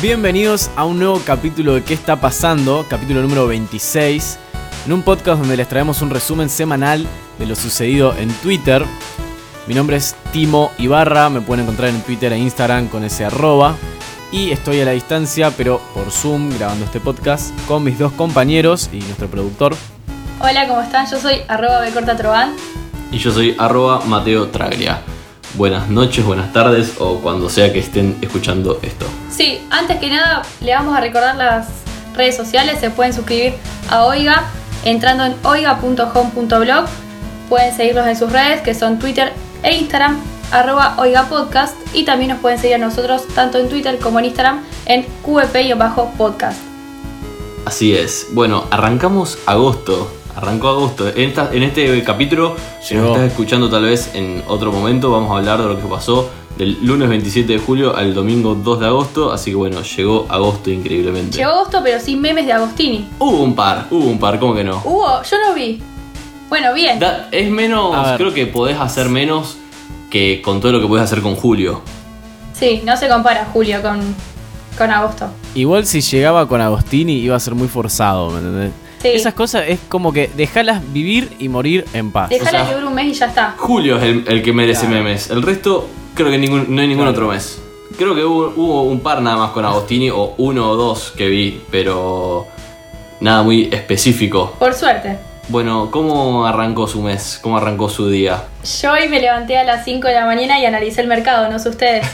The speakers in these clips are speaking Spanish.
Bienvenidos a un nuevo capítulo de ¿Qué está pasando? Capítulo número 26. En un podcast donde les traemos un resumen semanal de lo sucedido en Twitter. Mi nombre es Timo Ibarra, me pueden encontrar en Twitter e Instagram con ese arroba. Y estoy a la distancia, pero por Zoom, grabando este podcast con mis dos compañeros y nuestro productor. Hola, ¿cómo están? Yo soy arroba bcortatroban. Y yo soy arroba Mateo Traglia. Buenas noches, buenas tardes o cuando sea que estén escuchando esto. Sí, antes que nada le vamos a recordar las redes sociales, se pueden suscribir a Oiga entrando en oiga.home.blog, pueden seguirnos en sus redes que son Twitter e Instagram, arroba Oiga Podcast y también nos pueden seguir a nosotros tanto en Twitter como en Instagram en E QVP-podcast. Así es. Bueno, arrancamos agosto. Arrancó agosto. En, esta- en este capítulo, si nos Llegó. estás escuchando tal vez en otro momento, vamos a hablar de lo que pasó del lunes 27 de julio al domingo 2 de agosto. Así que bueno, llegó agosto increíblemente. Llegó agosto pero sin memes de Agostini. Hubo un par, hubo un par, ¿cómo que no? Hugo, yo no vi. Bueno, bien. Da- es menos, A ver. creo que podés hacer menos que con todo lo que podés hacer con julio. Sí, no se compara julio con, con agosto. Igual si llegaba con Agostini iba a ser muy forzado, ¿me entendés? Sí. Esas cosas es como que dejalas vivir y morir en paz. Dejala o sea- que dure un mes y ya está. Julio es el, el que merece memes. El resto, creo que ningún- no hay ningún otro mes. Creo que hubo, hubo un par nada más con Agostini, o uno o dos que vi, pero nada muy específico. Por suerte. Bueno, ¿cómo arrancó su mes? ¿Cómo arrancó su día? Yo hoy me levanté a las 5 de la mañana y analicé el mercado, no sé ustedes.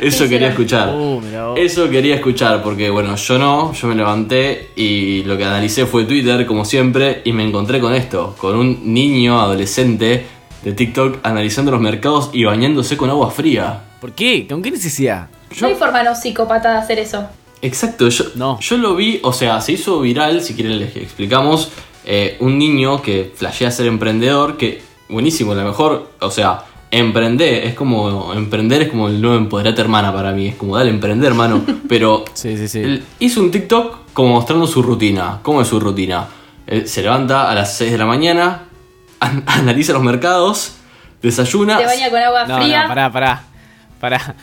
Eso Sí, será. quería escuchar. Uh, mirá vos. Eso quería escuchar, porque bueno, yo no, yo me levanté y lo que analicé fue Twitter, como siempre, y me encontré con esto, con un niño adolescente de TikTok analizando los mercados y bañándose con agua fría. ¿Por qué? ¿Con qué necesidad? No hay forma no psicópata de hacer eso. Exacto, yo, No. yo lo vi, o sea, se hizo viral, si quieren les explicamos, eh, un niño que flashea ser emprendedor, que buenísimo, la mejor, o sea, emprender, es como, emprender es como el nuevo empoderate hermana para mí, es como dale emprender hermano, pero Sí, sí, sí. él hizo un TikTok como mostrando su rutina, cómo es su rutina. Él se levanta a las 6 de la mañana, an- analiza los mercados, desayuna, Te baña con agua No, fría. no, pará, pará. Pará.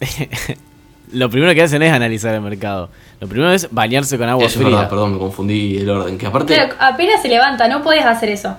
Lo primero que hacen es analizar el mercado. Lo primero es bañarse con agua Eso es fría. verdad, perdón, me confundí el orden, que aparte... Claro, apenas se levanta, no podés hacer eso.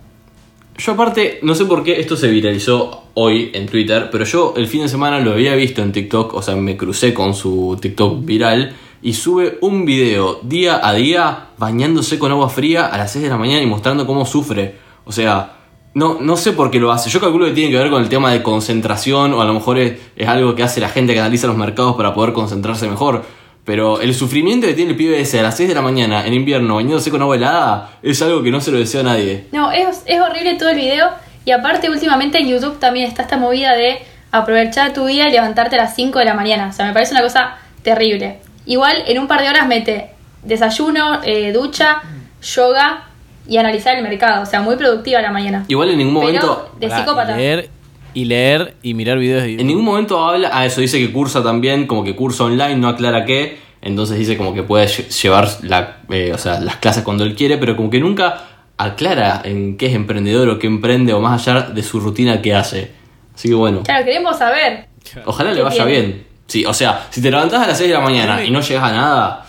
Yo aparte, no sé por qué esto se viralizó hoy en Twitter, pero yo el fin de semana lo había visto en TikTok, o sea, me crucé con su TikTok viral y sube un video día a día bañándose con agua fría a las 6 de la mañana y mostrando cómo sufre. O sea, no, no sé por qué lo hace. Yo calculo que tiene que ver con el tema de concentración o a lo mejor es, es algo que hace la gente que analiza los mercados para poder concentrarse mejor. Pero el sufrimiento que tiene el pibe ese a las 6 de la mañana en invierno bañándose con agua helada es algo que no se lo desea a nadie. No, es, es horrible todo el video. Y aparte, últimamente en YouTube también está esta movida de aprovechar tu día y levantarte a las 5 de la mañana. O sea, me parece una cosa terrible. Igual, en un par de horas mete desayuno, eh, ducha, yoga y analizar el mercado. O sea, muy productiva la mañana. Igual en ningún momento. Pero de Pará, psicópata. y leer y leer y mirar videos de En ningún momento habla. Ah, eso dice que cursa también, como que cursa online, no aclara qué. Entonces dice como que puede lle- llevar la, eh, o sea, las clases cuando él quiere, pero como que nunca aclara en qué es emprendedor o qué emprende o más allá de su rutina que hace. Así que bueno, Claro, queremos saber. ojalá le ¿Qué vaya tiene? bien. Sí, o sea, si te levantás a las 6 de la mañana y no llegas a nada,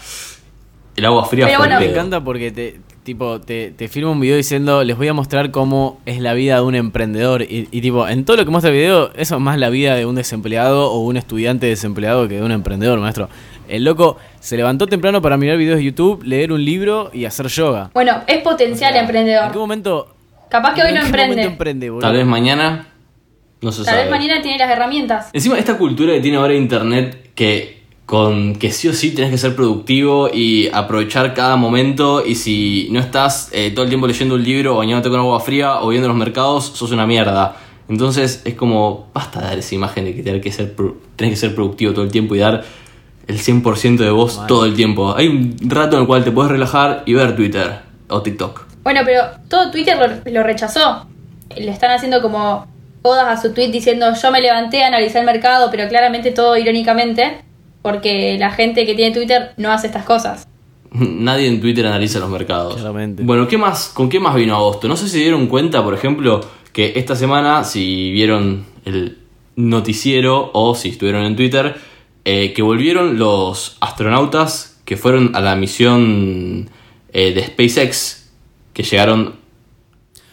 el agua fría Pero fue el bueno. Me pedo. encanta porque te tipo te, te filma un video diciendo les voy a mostrar cómo es la vida de un emprendedor y, y, tipo en todo lo que muestra el video eso es más la vida de un desempleado o un estudiante desempleado que de un emprendedor maestro el loco se levantó temprano para mirar videos de YouTube leer un libro y hacer yoga Bueno, es potencial ¿en qué emprendedor. momento Capaz que hoy en no qué emprende. momento emprende boludo? Tal vez mañana, no se Tal sabe. vez mañana tiene las herramientas. Encima esta cultura que tiene ahora internet que con que sí o sí tenés que ser productivo y aprovechar cada momento y si no estás eh, todo el tiempo leyendo un libro o bañándote con agua fría o viendo los mercados, sos una mierda. Entonces es como, basta de dar esa imagen de que tener que ser, pro- tenés que ser productivo todo el tiempo y dar el 100% de vos todo el tiempo. Hay un rato en el cual te puedes relajar y ver Twitter o TikTok. Bueno, pero todo Twitter lo, lo rechazó. Le están haciendo como odas a su tweet diciendo yo me levanté, analicé el mercado, pero claramente todo irónicamente, porque la gente que tiene Twitter no hace estas cosas. Nadie en Twitter analiza los mercados. Claramente. Bueno, ¿qué más, ¿con qué más vino agosto? No sé si dieron cuenta, por ejemplo, que esta semana, si vieron el noticiero o si estuvieron en Twitter, eh, que volvieron los astronautas que fueron a la misión eh, de SpaceX, que llegaron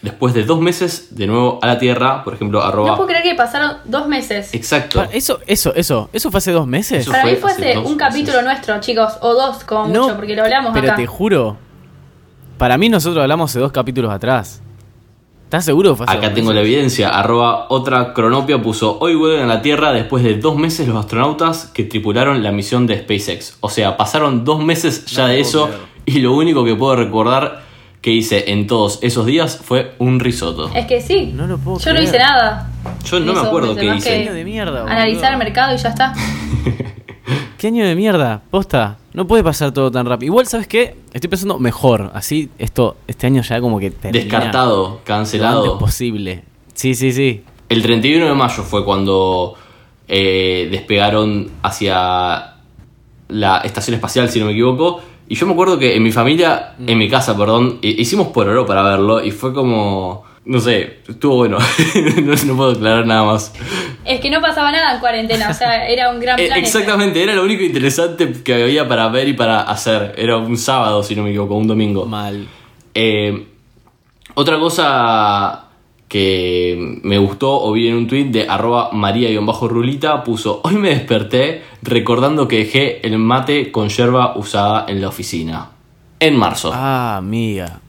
después de dos meses de nuevo a la Tierra, por ejemplo, arroba... No puedo creer que pasaron dos meses. Exacto. Para- Eso, eso, eso, eso fue hace dos meses. Eso Para mí fue fue hace hace dos un meses. capítulo nuestro, chicos, o dos como mucho, porque lo hablamos pero acá. te juro. Para mí nosotros hablamos hace dos capítulos atrás. ¿Estás seguro? que fue hace Acá dos tengo la meses? evidencia. Arroba otra cronopia puso hoy vuelven a la Tierra después de dos meses los astronautas que tripularon la misión de SpaceX. O sea, pasaron dos meses ya No de puedo eso creer. y lo único que puedo recordar que hice en todos esos días fue un risotto. Es que sí. No lo puedo Yo no creer. hice nada. Yo no me Eso, acuerdo me qué tenés hice. Año de mierda, boludo. Analizar el mercado y ya está. ¿Qué año de mierda? Posta. No puede pasar todo tan rápido. Igual, ¿sabes qué? Estoy pensando mejor. Así, esto, este año ya como que termina Descartado, lo antes cancelado. posible. Sí, sí, sí. El 31 de mayo fue cuando eh, despegaron hacia la estación espacial, si no me equivoco. Y yo me acuerdo que en mi familia, en mi casa, perdón, hi- hicimos pororó para verlo y fue como. No sé, estuvo bueno. no, no puedo aclarar nada más. Es que no pasaba nada en cuarentena, o sea, era un gran Eh, plan. ese. exactamente, era lo único interesante que había para ver y para hacer. Era un sábado, si no me equivoco, un domingo. Mal. Eh, otra cosa que me gustó o vi en un tweet de arroba maría-rulita puso Hoy me desperté recordando que dejé el mate con yerba usada en la oficina. En marzo. Ah, amiga.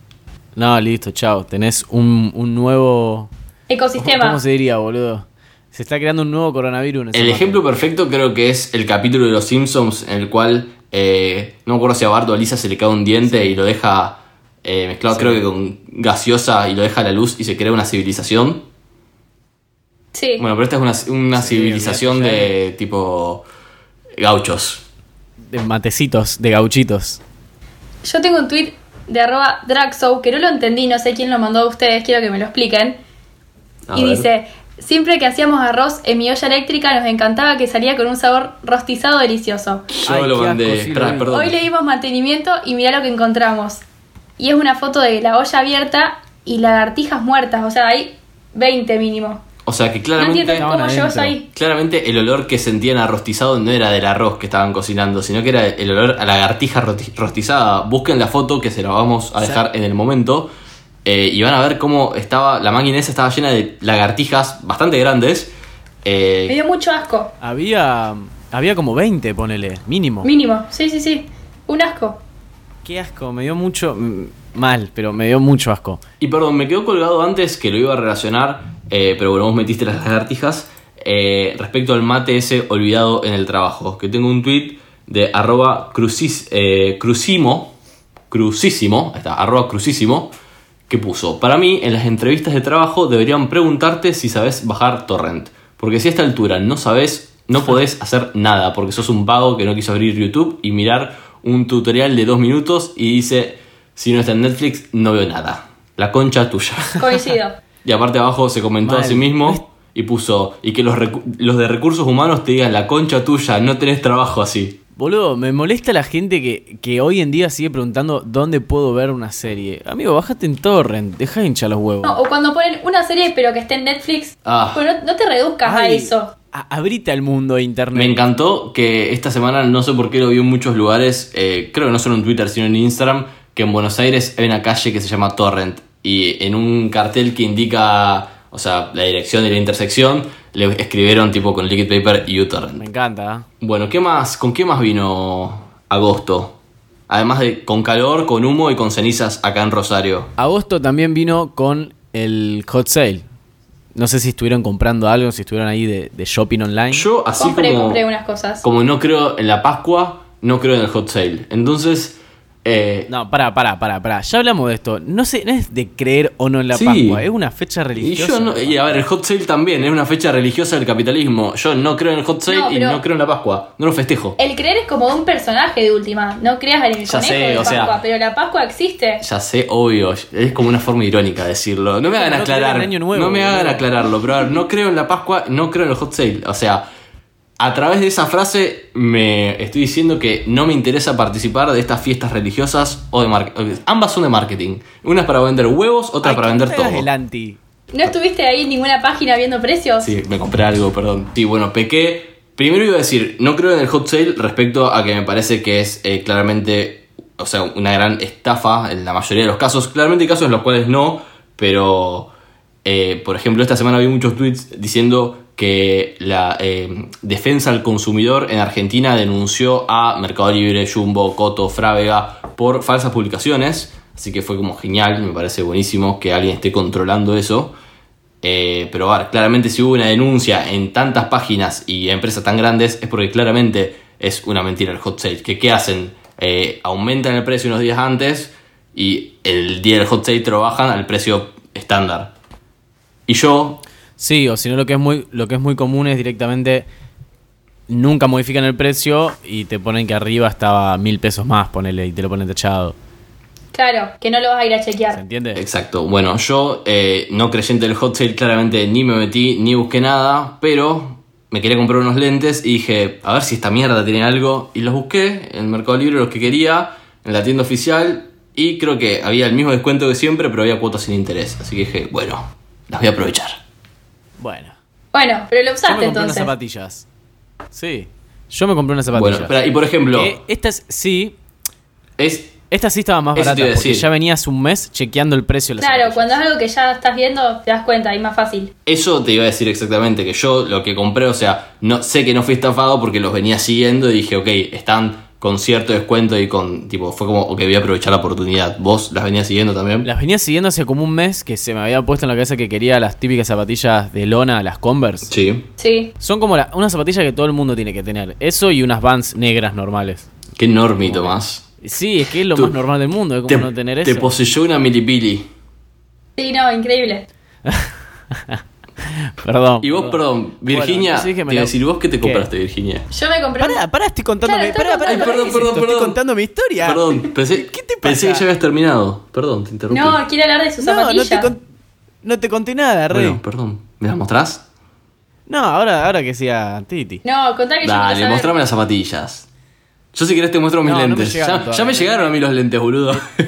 No, listo, chao. Tenés un, un nuevo. Ecosistema. ¿Cómo se diría, boludo? Se está creando un nuevo coronavirus. en esa el parte. ejemplo perfecto creo que es el capítulo de Los Simpsons en el cual eh, no me acuerdo si a Bart o a Lisa se le cae un diente y lo deja eh, mezclado creo que con gaseosa y lo deja a la luz y se crea una civilización. Sí. Bueno, pero esta es una, una Sí, civilización olvidate, ya de tipo gauchos. De matecitos, de gauchitos. Yo tengo un tweet de arroba Draxo que no lo entendí, no sé quién lo mandó a ustedes, quiero que me lo expliquen. A y ver. dice, siempre que hacíamos arroz en mi olla eléctrica nos encantaba que salía con un sabor rostizado delicioso. Yo Ay, lo qué mandé. asco, sí, Espera, lo vi. perdón. Hoy le dimos mantenimiento y mirá lo que encontramos. Y es una foto de la olla abierta y lagartijas muertas, o sea, hay 20 mínimo. O sea que No claramente, entiendo cómo estaban llegó eso adentro. ahí. claramente el olor que sentían a rostizado no era del arroz que estaban cocinando, sino que era el olor a lagartija roti- rostizada. Busquen la foto que se la vamos a dejar en el momento. eh, y van a ver cómo estaba. La máquina esa estaba llena de lagartijas bastante grandes. eh, Me dio mucho asco. Había. Había como 20, ponele, mínimo. Mínimo, sí, sí, sí. Un asco. Qué asco, me dio mucho. mm, Mal, pero me dio mucho asco. Y perdón, me quedó colgado antes que lo iba a relacionar, eh, pero bueno, vos metiste las lagartijas. eh, respecto al mate ese olvidado en el trabajo, que tengo un tweet de arroba crucis, eh, crucimo, crucísimo, ahí está, arroba crucísimo, que puso, para mí en las entrevistas de trabajo deberían preguntarte si sabes bajar torrent, porque si a esta altura no sabes, no podés hacer nada, porque sos un vago que no quiso abrir YouTube y mirar un tutorial de dos minutos y dice, si no está en Netflix, no veo nada. La concha tuya. Coincido. Y aparte abajo se comentó a Mal. sí mismo y puso, y que los, recu- los de recursos humanos te digan, la concha tuya, no tenés trabajo así. Boludo, me molesta la gente que, que hoy en día sigue preguntando dónde puedo ver una serie. Amigo, bájate en Torrent, deja de hinchar los huevos. No, o cuando ponen una serie pero que esté en Netflix, Ah. pues no, no te reduzcas a Ay, eso. a- abrite al mundo de internet. Me encantó que esta semana, no sé por qué lo vi en muchos lugares, eh, creo que no solo en Twitter, sino en Instagram, que en Buenos Aires hay una calle que se llama Torrent. Y en un cartel que indica, o sea, la dirección de la intersección, le escribieron tipo con liquid paper y Me Torrent. encanta. ¿eh? Bueno, ¿qué más? ¿Con qué más vino agosto? Además de con calor, con humo y con cenizas acá en Rosario. Agosto también vino con el hot sale. No sé si estuvieron comprando algo, si estuvieron ahí de, de shopping online. Yo así Compré, como compré unas cosas. como no creo en la Pascua, no creo en el hot sale. Entonces Eh, No, pará, pará, pará, pará. Ya hablamos de esto. No, sé, no es de creer o no en la Sí. Pascua, es una fecha y religiosa. yo no- y a ver, el hot sale también es una fecha religiosa del capitalismo. Yo no creo en el hot sale No, y pero- no creo en la Pascua. No lo festejo. El creer es como de un personaje de última. No creas en el Ya conejo sé, de o sea- Pascua, pero la Pascua existe. Ya sé, obvio, es como una forma irónica decirlo. No me hagan No creo aclarar. en Año Nuevo, no me boludo. hagan aclararlo, pero a ver, no creo en la Pascua, no creo en el hot sale. O sea, a través de esa frase me estoy diciendo que no me interesa participar de estas fiestas religiosas o de marketing. Ambas son de marketing. Una es para vender huevos, otra Ay, para no vender te todo. hagas el anti. ¿No estuviste ahí en ninguna página viendo precios? Sí, me compré algo, perdón. Sí, bueno, pequé. Primero iba a decir, no creo en el hot sale respecto a que me parece que es eh, claramente, o sea, una gran estafa en la mayoría de los casos. Claramente hay casos en los cuales no, pero, eh, por ejemplo, esta semana vi muchos tweets diciendo que la eh, defensa al consumidor en Argentina denunció a Mercado Libre, Jumbo, Coto, Frávega por falsas publicaciones. Así que fue como genial, me parece buenísimo que alguien esté controlando eso. Eh, pero a ver, claramente si hubo una denuncia en tantas páginas y empresas tan grandes es porque claramente es una mentira el hot sale. ¿Qué, qué hacen? Eh, aumentan el precio unos días antes y el día del hot sale te lo bajan al precio estándar. Y yo, Sí, o si no, lo que es muy, lo que es muy común es directamente nunca modifican el precio y te ponen que arriba estaba mil pesos más, ponele, y te lo ponen techado. Claro, que no lo vas a ir a ¿Se chequear. entiende? exacto, bueno, yo eh, no creyente del hot sale claramente ni me metí ni busqué nada, pero me quería comprar unos lentes y dije, a ver si esta mierda tiene algo. Y los busqué en Mercado Libre, los que quería, en la tienda oficial. Y creo que había el mismo descuento que siempre, pero había cuotas sin interés. Así que dije, bueno, las voy a aprovechar. Bueno. Bueno, pero lo Yo me usaste compré unas entonces. zapatillas. Sí. Yo me compré unas Bueno, zapatillas. espera, y por ejemplo, Que estas Eh, sí, es estas sí estaban más Eso te baratas iba a porque decir. ya venías un mes chequeando el precio de las Claro, zapatillas. cuando es algo que ya estás viendo, te das cuenta, y más fácil. Eso te iba a decir exactamente, que yo lo que compré, o sea, no sé que no fui estafado porque los venía siguiendo y dije, ok, están con cierto descuento y con, tipo, fue como, ok, voy a aprovechar la oportunidad. ¿Vos las venías siguiendo también? Las venía siguiendo hace como un mes que se me había puesto en la cabeza que quería las típicas zapatillas de lona, las Converse. Sí. Sí. Son como la- una zapatilla que todo el mundo tiene que tener. Eso y unas Vans negras normales. Qué normito más. Sí, es que es lo Tú- más normal del mundo, es como Te, no tener te eso. poseyó una milipili. Sí, no, increíble. Perdón. Y vos, perdón, Virginia, yo sí que me te la- iba a decir vos qué te ¿Qué? compraste, Virginia. Yo me compré. Pará, pará, estoy contando Claro, mi. está Pará, pará, contando- pará, Ay, ¿qué es perdón, esto? perdón, Estoy perdón. contando mi historia. Perdón, pensé, ¿Qué te pensé que pasa? ya habías terminado. Perdón, te interrumpí. No, quiere hablar de sus No, no zapatillas. te, con- no te conté nada, Rey. bueno, perdón. ¿Me las mostrás? No, ahora, ahora que sea Titi. No, contá que yo Dale, quiero saber. mostrame las zapatillas. Yo si querés te muestro mis No, no me lentes. llegaron ya, ya me todavía. ¿eh? llegaron a mí los lentes, boludo.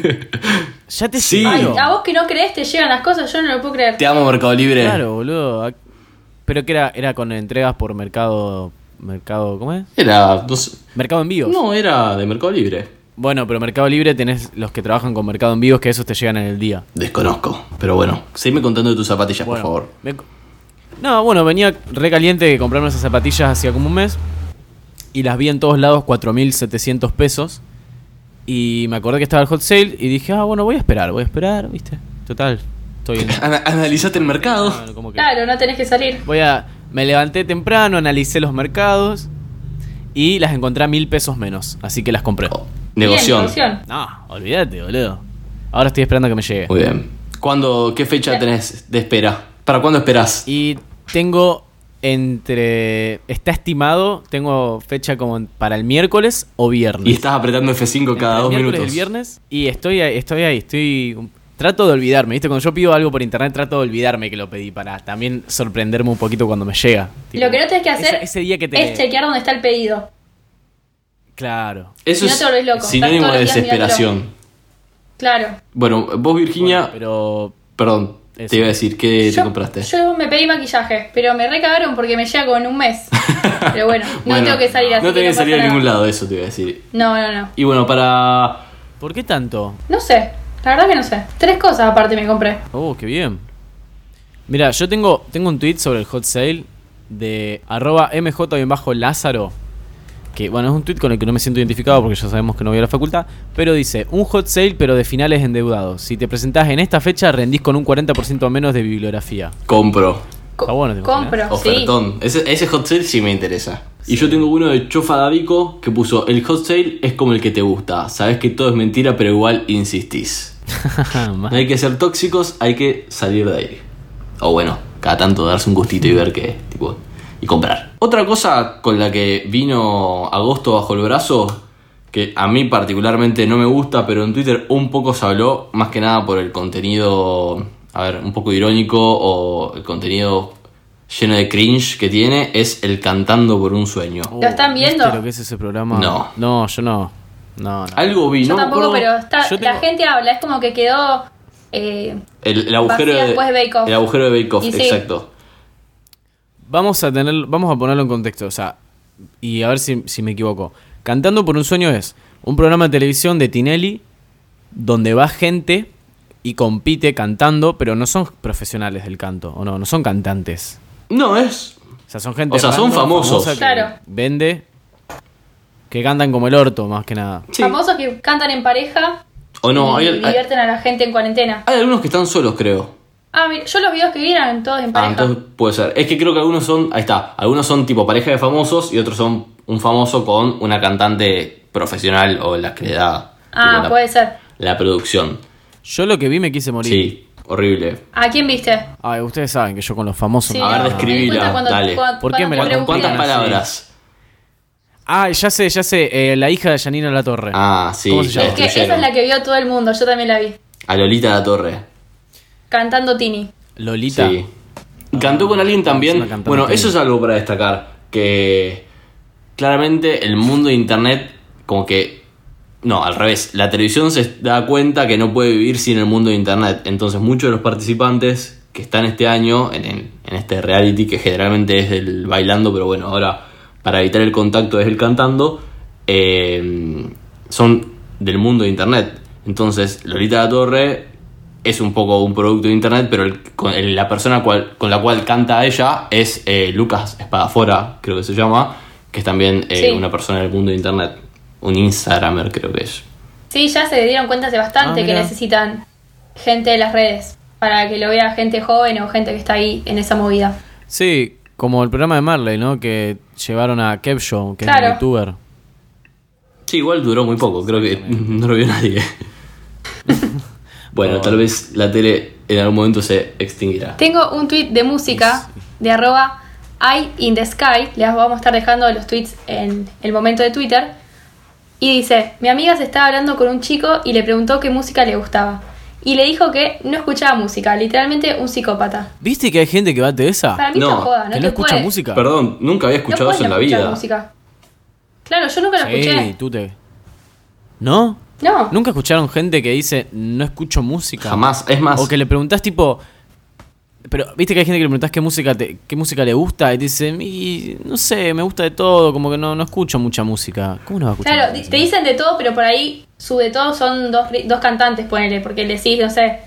Ya te Sí. sigo. Ay, Digo. a vos que no crees te llegan las cosas, yo no lo puedo creer. Te amo Mercado Libre. Claro, boludo. Ac- Pero que era, era con entregas por mercado. Mercado. ¿Cómo es? Era. No, sé- Mercado en vivo. no, era de Mercado Libre. Bueno, pero Mercado Libre tenés los que trabajan con Mercado en Vivos que esos te llegan en el día. Desconozco. Pero bueno, seguime contando de tus zapatillas, Bueno, por favor. me co- No, bueno, venía recaliente que comprarme esas zapatillas hacía como un mes. Y las vi en todos lados, 4.700 pesos. Y me acordé que estaba el hot sale y dije, ah, bueno, voy a esperar, voy a esperar, ¿viste? Total, estoy en... Ana- analizate el mercado. Bueno, como que- Claro, no tenés que salir. Voy a... Me levanté temprano, analicé los mercados y las encontré a mil pesos menos. Así que las compré. Oh, Negoción. Bien, negoción. No, olvídate, boludo. Ahora estoy esperando a que me llegue. Muy bien. ¿Cuándo, ¿Qué fecha tenés de espera? ¿Para cuándo esperás? Y tengo entre. Está estimado, tengo fecha como para el miércoles o viernes. Y estás apretando F5 Entre cada dos el miércoles minutos. y el viernes. Y estoy, ahí- estoy ahí, estoy. Trato de olvidarme, ¿viste? Cuando yo pido algo por internet, trato de olvidarme que lo pedí para también sorprenderme un poquito cuando me llega. Tipo, Lo que no tenés que hacer ese, ese día que te. es chequear dónde está el pedido. Claro. Eso Si no te volvés loco, es estás sinónimo todos de los días desesperación. Claro. Bueno, vos, Virginia. Bueno, pero. Perdón, Eso. te iba a decir, ¿qué te Yo- compraste? Yo me pedí maquillaje, pero me recagaron porque me llega con un mes. Pero bueno, no Bueno, tengo que salir así. No tengo que pasa salir a nada. ningún lado, eso te iba a decir. No, no, no. Y bueno, para. ¿Por qué tanto? No sé. La verdad que no sé. Tres cosas aparte me compré. Oh, qué bien. Mira, yo tengo, tengo un tweet sobre el hot sale de arroba mj-lázaro. Que bueno, es un tweet con el que no me siento identificado porque ya sabemos que no voy a la facultad. Pero dice, un hot sale pero de finales endeudados. Si te presentás en esta fecha rendís con un 40% menos de bibliografía. Compro. Co- Está bueno, ¿te compro, sí. Ofertón. Ese, ese hot sale sí me interesa. Y yo tengo uno de Chofa Davico que puso: El hot sale es como el que te gusta. Sabes que todo es mentira, pero igual insistís. Más- No hay que ser tóxicos, hay que salir de ahí. O bueno, cada tanto darse un gustito y ver qué, tipo, y comprar. Otra cosa con la que vino agosto bajo el brazo, que a mí particularmente no me gusta, pero en Twitter un poco se habló, más que nada por el contenido, a ver, un poco irónico o el contenido lleno de cringe que tiene, es el cantando por un sueño. Oh, ¿Lo están viendo? ¿viste lo que es ese programa? No. No, yo no. No, no. Algo vi, Yo no me tampoco, acuerdo- pero está- yo la tengo- gente habla, es como que quedó. eh, El, el agujero Vacía de, después de Bake Off. el agujero de Bake Off, Y sí. exacto. Vamos a tener, vamos a ponerlo en contexto, o sea, y a ver si, si me equivoco. Cantando por un sueño es un programa de televisión de Tinelli donde va gente y compite cantando, pero no son profesionales del canto, o no, no son cantantes. No, es O sea, son gente O sea, son random, famosos. famosa que Claro. vende que cantan como el orto más que nada. Sí. Famosos que cantan en pareja O no, y hay, hay- divierten a la gente en cuarentena. hay algunos que están solos, creo. Ah, mira, yo los videos que vi eran todos en Ah, pareja. entonces puede ser. Es que creo que algunos son, ahí está, algunos son tipo pareja de famosos y otros son un famoso con una cantante profesional o la que le da Ah, tipo, la, puede ser. la producción. Yo lo que vi me quise morir. Sí, horrible. ¿A quién viste? Ay, ustedes saben que yo con los famosos. Sí, no- A ver, no, describila, me di cuenta cuando- dale. cuando- ¿Por qué me cuando la- busqué. ¿Cuántas sí. palabras? Ah, ya sé, ya sé, eh, la hija de Janina La Torre. Ah, sí, ¿Cómo se la llama? Es que esa es la que vio todo el mundo, yo también la vi. A Lolita la Torre. Cantando Tini. Lolita. Sí. Cantó con alguien es también. una cantante. bueno, eso es algo para destacar. Que claramente el mundo de internet, como que. No, al revés. La televisión se da cuenta que no puede vivir sin el mundo de internet. Entonces, muchos de los participantes que están este año en, en- en este reality, que generalmente es el bailando, pero bueno, ahora para evitar el contacto es el cantando, eh, son del mundo de internet. Entonces, Lolita La Torre es un poco un producto de internet, pero el- con el- la persona cual- con la cual canta ella es eh, Lucas Espadafora, creo que se llama, que es también eh, Sí. una persona del mundo de internet, un Instagramer creo que es. Sí, ya se dieron cuenta hace bastante Ah, que mira. necesitan gente de las redes para que lo vea gente joven o gente que está ahí en esa movida. Sí, como el programa de Marley, ¿no? Que llevaron a Kev Show, que es Claro. un youtuber. Sí, igual duró muy poco, creo que no lo vio nadie. bueno, tal vez la tele en algún momento se extinguirá. Tengo un tweet de música de arroba I in the sky. Les vamos a estar dejando los tweets en el momento de Twitter. Y dice, mi amiga se estaba hablando con un chico y le preguntó qué música le gustaba. Y le dijo que no escuchaba música, literalmente un psicópata. ¿Viste que hay gente que va a Para esa? mí No, no, joda, que no te Ah, no escucha puede- música. Perdón, nunca había no escuchado puedes eso en la no escuchar vida. música. Claro, yo nunca la Sí, escuché. tú te. ¿No? No. ¿Nunca escucharon gente que dice no escucho música? Jamás, es más, O que le preguntás tipo. Pero, viste que hay gente que le preguntás qué música te- qué música le gusta y te dice, "Y, no sé, me gusta de todo, como que no, no escucho mucha música. ¿Cómo no va a escuchar? Claro, mucha di- te dicen de todo, pero por ahí su de todo son dos, ri- dos cantantes, ponele, porque le decís, no sé,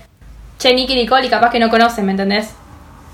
Che, Nicky Nicole y capaz que no conocen, ¿me entendés?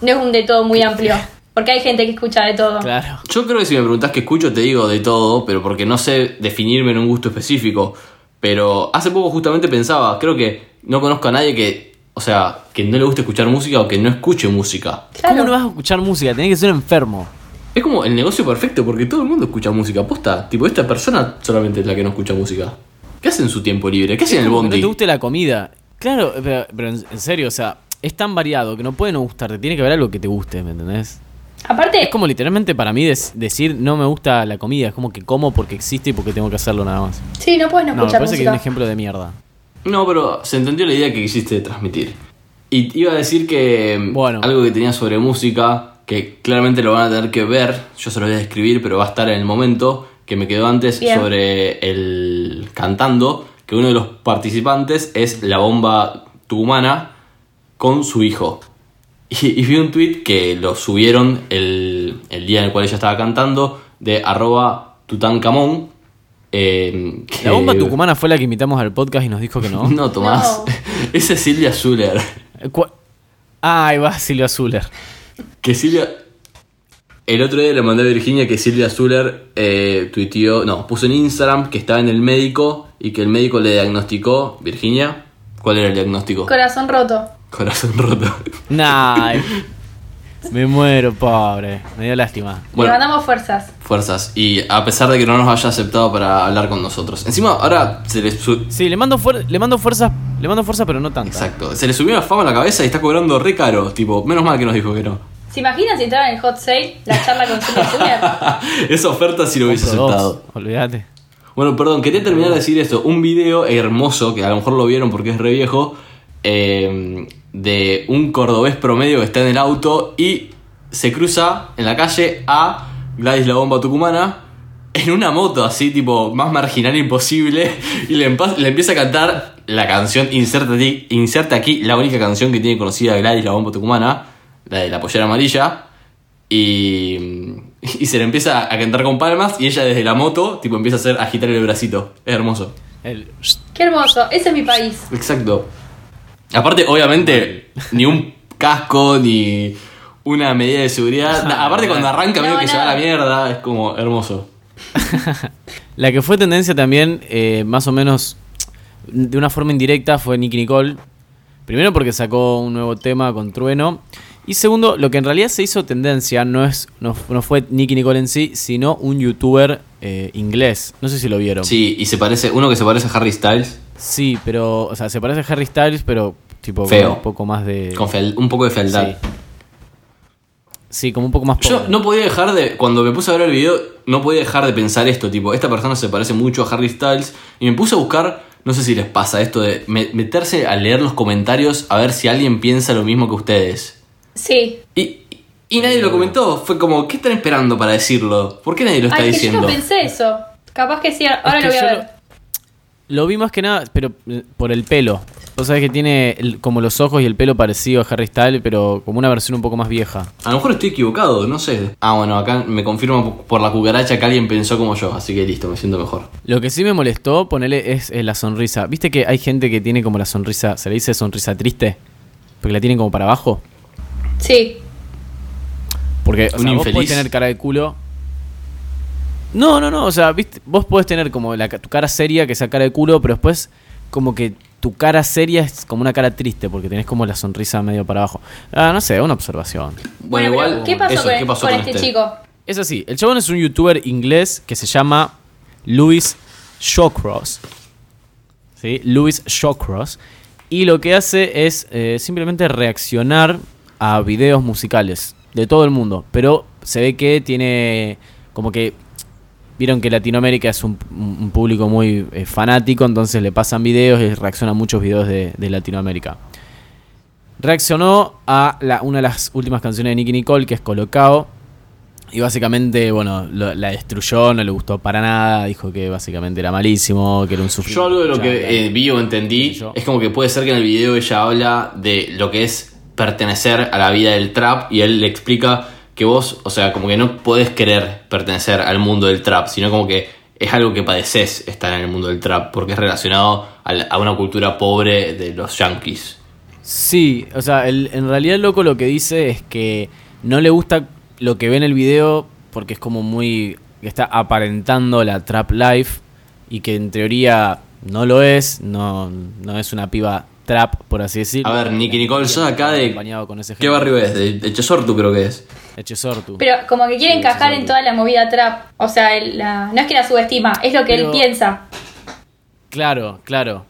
No es un de todo muy amplio, porque hay gente que escucha de todo. música? Claro. Yo creo que si me preguntás qué escucho, te digo de todo, pero porque no sé definirme en un gusto específico. Pero hace poco justamente pensaba, creo que no conozco a nadie que, o sea, que no le guste escuchar música o que no escuche música. Claro. ¿Cómo no vas a escuchar música? Tenés que ser enfermo. Es como el negocio perfecto porque todo el mundo escucha música, posta. Tipo, esta persona solamente es la que no escucha música. ¿Qué hace en su tiempo libre? ¿Qué hace en el Como que bondi? No te guste la comida. Claro, pero, pero en, en serio, o sea, es tan variado que no puede no gustarte. Tiene que haber algo que te guste, ¿me entendés? Aparte, Es como literalmente para mí des- decir no me gusta la comida. Es como que como porque existe y porque tengo que hacerlo nada más. sí, no puedes no, No, me escuchar parece que es música. un ejemplo de mierda. No, pero se entendió la idea que quisiste transmitir. Y iba a decir que mm, Bueno. algo que tenía sobre música, que claramente lo van a tener que ver, yo se lo voy a describir, pero va a estar en el momento, que me quedó antes Bien. sobre el cantando, que uno de los participantes es la bomba tucumana con su hijo. Y, y vi un tweet que lo subieron el, el día en el cual ella estaba cantando, de arroba tutankamón. eh, que- La bomba tucumana fue la que invitamos al podcast y nos dijo que no. no, Tomás. No. Esa es Silvia Zuller. ¿Cuál? Ah, ahí va Silvia Zuller. Que Silvia. El otro día le mandé a Virginia que Silvia Zuller eh, tuiteó. No, puso en Instagram que estaba en el médico y que el médico le diagnosticó. Virginia, ¿cuál era el diagnóstico? Corazón roto. Corazón roto. Nah. Me muero, pobre. Me dio lástima. Le mandamos fuerzas. fuerzas. Y a pesar de que no nos haya aceptado para hablar con nosotros. Encima, ahora se le, su- Sí, le mando, fuer- le mando fuerza, le mando fuerza, pero no tanta. Exacto. Se le subió la fama a la cabeza y está cobrando re caro. Tipo, menos mal que nos dijo que no. ¿Se imaginan si entraran en el hot sale la charla con Silvia Junior? Esa oferta sí lo hubiese Compro dos, aceptado. Olvídate. Bueno, perdón, quería terminar de decir esto. Un video hermoso, que a lo mejor lo vieron porque es re viejo, eh, de un cordobés promedio que está en el auto y se cruza en la calle a Gladys la Bomba Tucumana en una moto así, tipo, más marginal imposible, y le, empa- le empieza a cantar la canción Inserta aquí, inserta aquí, la única canción que tiene conocida Gladys la Bomba Tucumana, la de la pollera amarilla. Y, y se le empieza a cantar con palmas y ella desde la moto tipo empieza a hacer agitar el bracito. Es hermoso. El- Qué hermoso, ese es mi país. Exacto. Aparte, obviamente, ni un casco, ni una medida de seguridad. Na- Aparte, cuando arranca No, medio que se va a la nada. mierda, es como hermoso. La que fue tendencia también, eh, más o menos de una forma indirecta, fue Nicky Nicole. Primero porque sacó un nuevo tema con Trueno. Y segundo, lo que en realidad se hizo tendencia no, es, no, no fue Nicky Nicole en sí, sino un youtuber eh, inglés. No sé si lo vieron. Sí, y se parece, uno que se parece a Harry Styles, Sí, pero, o sea, se parece a Harry Styles, pero tipo Feo. con un poco más de... con fel- un poco de fealdad. Sí. Sí, como un poco más Yo pobre. no podía dejar de, cuando me puse a ver el video, no podía dejar de pensar esto, tipo, esta persona se parece mucho a Harry Styles y me puse a buscar, no sé si les pasa esto de me- meterse a leer los comentarios a ver si alguien piensa lo mismo que ustedes. Sí. Y, y nadie lo comentó, fue como, ¿qué están esperando para decirlo? ¿Por qué nadie lo está Ay, que yo diciendo? no pensé eso. Capaz que sí, ahora Es lo que voy a yo ver. Lo vi más que nada, pero eh, por el pelo. Vos sabés que tiene el- como los ojos y el pelo parecido a Harry Styles, pero como una versión un poco más vieja. A lo mejor estoy equivocado, no sé. Ah, bueno, acá me confirma por la cucaracha que alguien pensó como yo, así que listo, me siento mejor. Lo que sí me molestó, ponele, es eh, la sonrisa. ¿Viste que hay gente que tiene como la sonrisa, se le dice sonrisa triste? Porque la tienen como para abajo. Sí. Porque o Un sea, vos infeliz. podés tener cara de culo. No, no, no. O sea, ¿viste? vos podés tener como la, ca- tu cara seria que sea cara de culo, pero después como que tu cara seria es como una cara triste porque tenés como la sonrisa medio para abajo. Ah, no sé, una observación. Bueno, pero igual, ¿qué pasó eso, con, ¿qué pasó con con este, este? chico? Es así, el chabón es un youtuber inglés que se llama Louis Shawcross. ¿Sí? Louis Shawcross. Y lo que hace es eh, simplemente reaccionar a videos musicales de todo el mundo. Pero se ve que tiene como que... Vieron que Latinoamérica es un, un público muy eh, fanático, entonces le pasan videos y reacciona a muchos videos de- de Latinoamérica. Reaccionó a la- una de las últimas canciones de Nicky Nicole, que es Colocao. Y básicamente, bueno, lo- la destruyó, no le gustó para nada. Dijo que básicamente era malísimo, que era un sufrido. Yo algo de lo Ya, que ya. eh, vi o entendí Sí, yo. es como que puede ser que en el video ella habla de lo que es pertenecer a la vida del trap y él le explica que vos, o sea, como que no podés querer pertenecer al mundo del trap, sino como que es algo que padeces estar en el mundo del trap porque es relacionado a, la- a una cultura pobre de los yankees. Sí, o sea, el- en realidad el loco lo que dice es que no le gusta lo que ve en el video porque es como muy... está aparentando la trap life y que en teoría no lo es, no, no es una piba trap, por así decirlo. A ver, Nicky Nicole, ¿sos acá de... Acompañado con ese ¿Qué barrio es? De, de Chesortu creo que es. Echesortu. Pero como que quiere Sí, encajar sí, sí. en toda la movida trap. O sea, él la- no es que la subestima, es lo que él Pero- piensa. Claro, claro.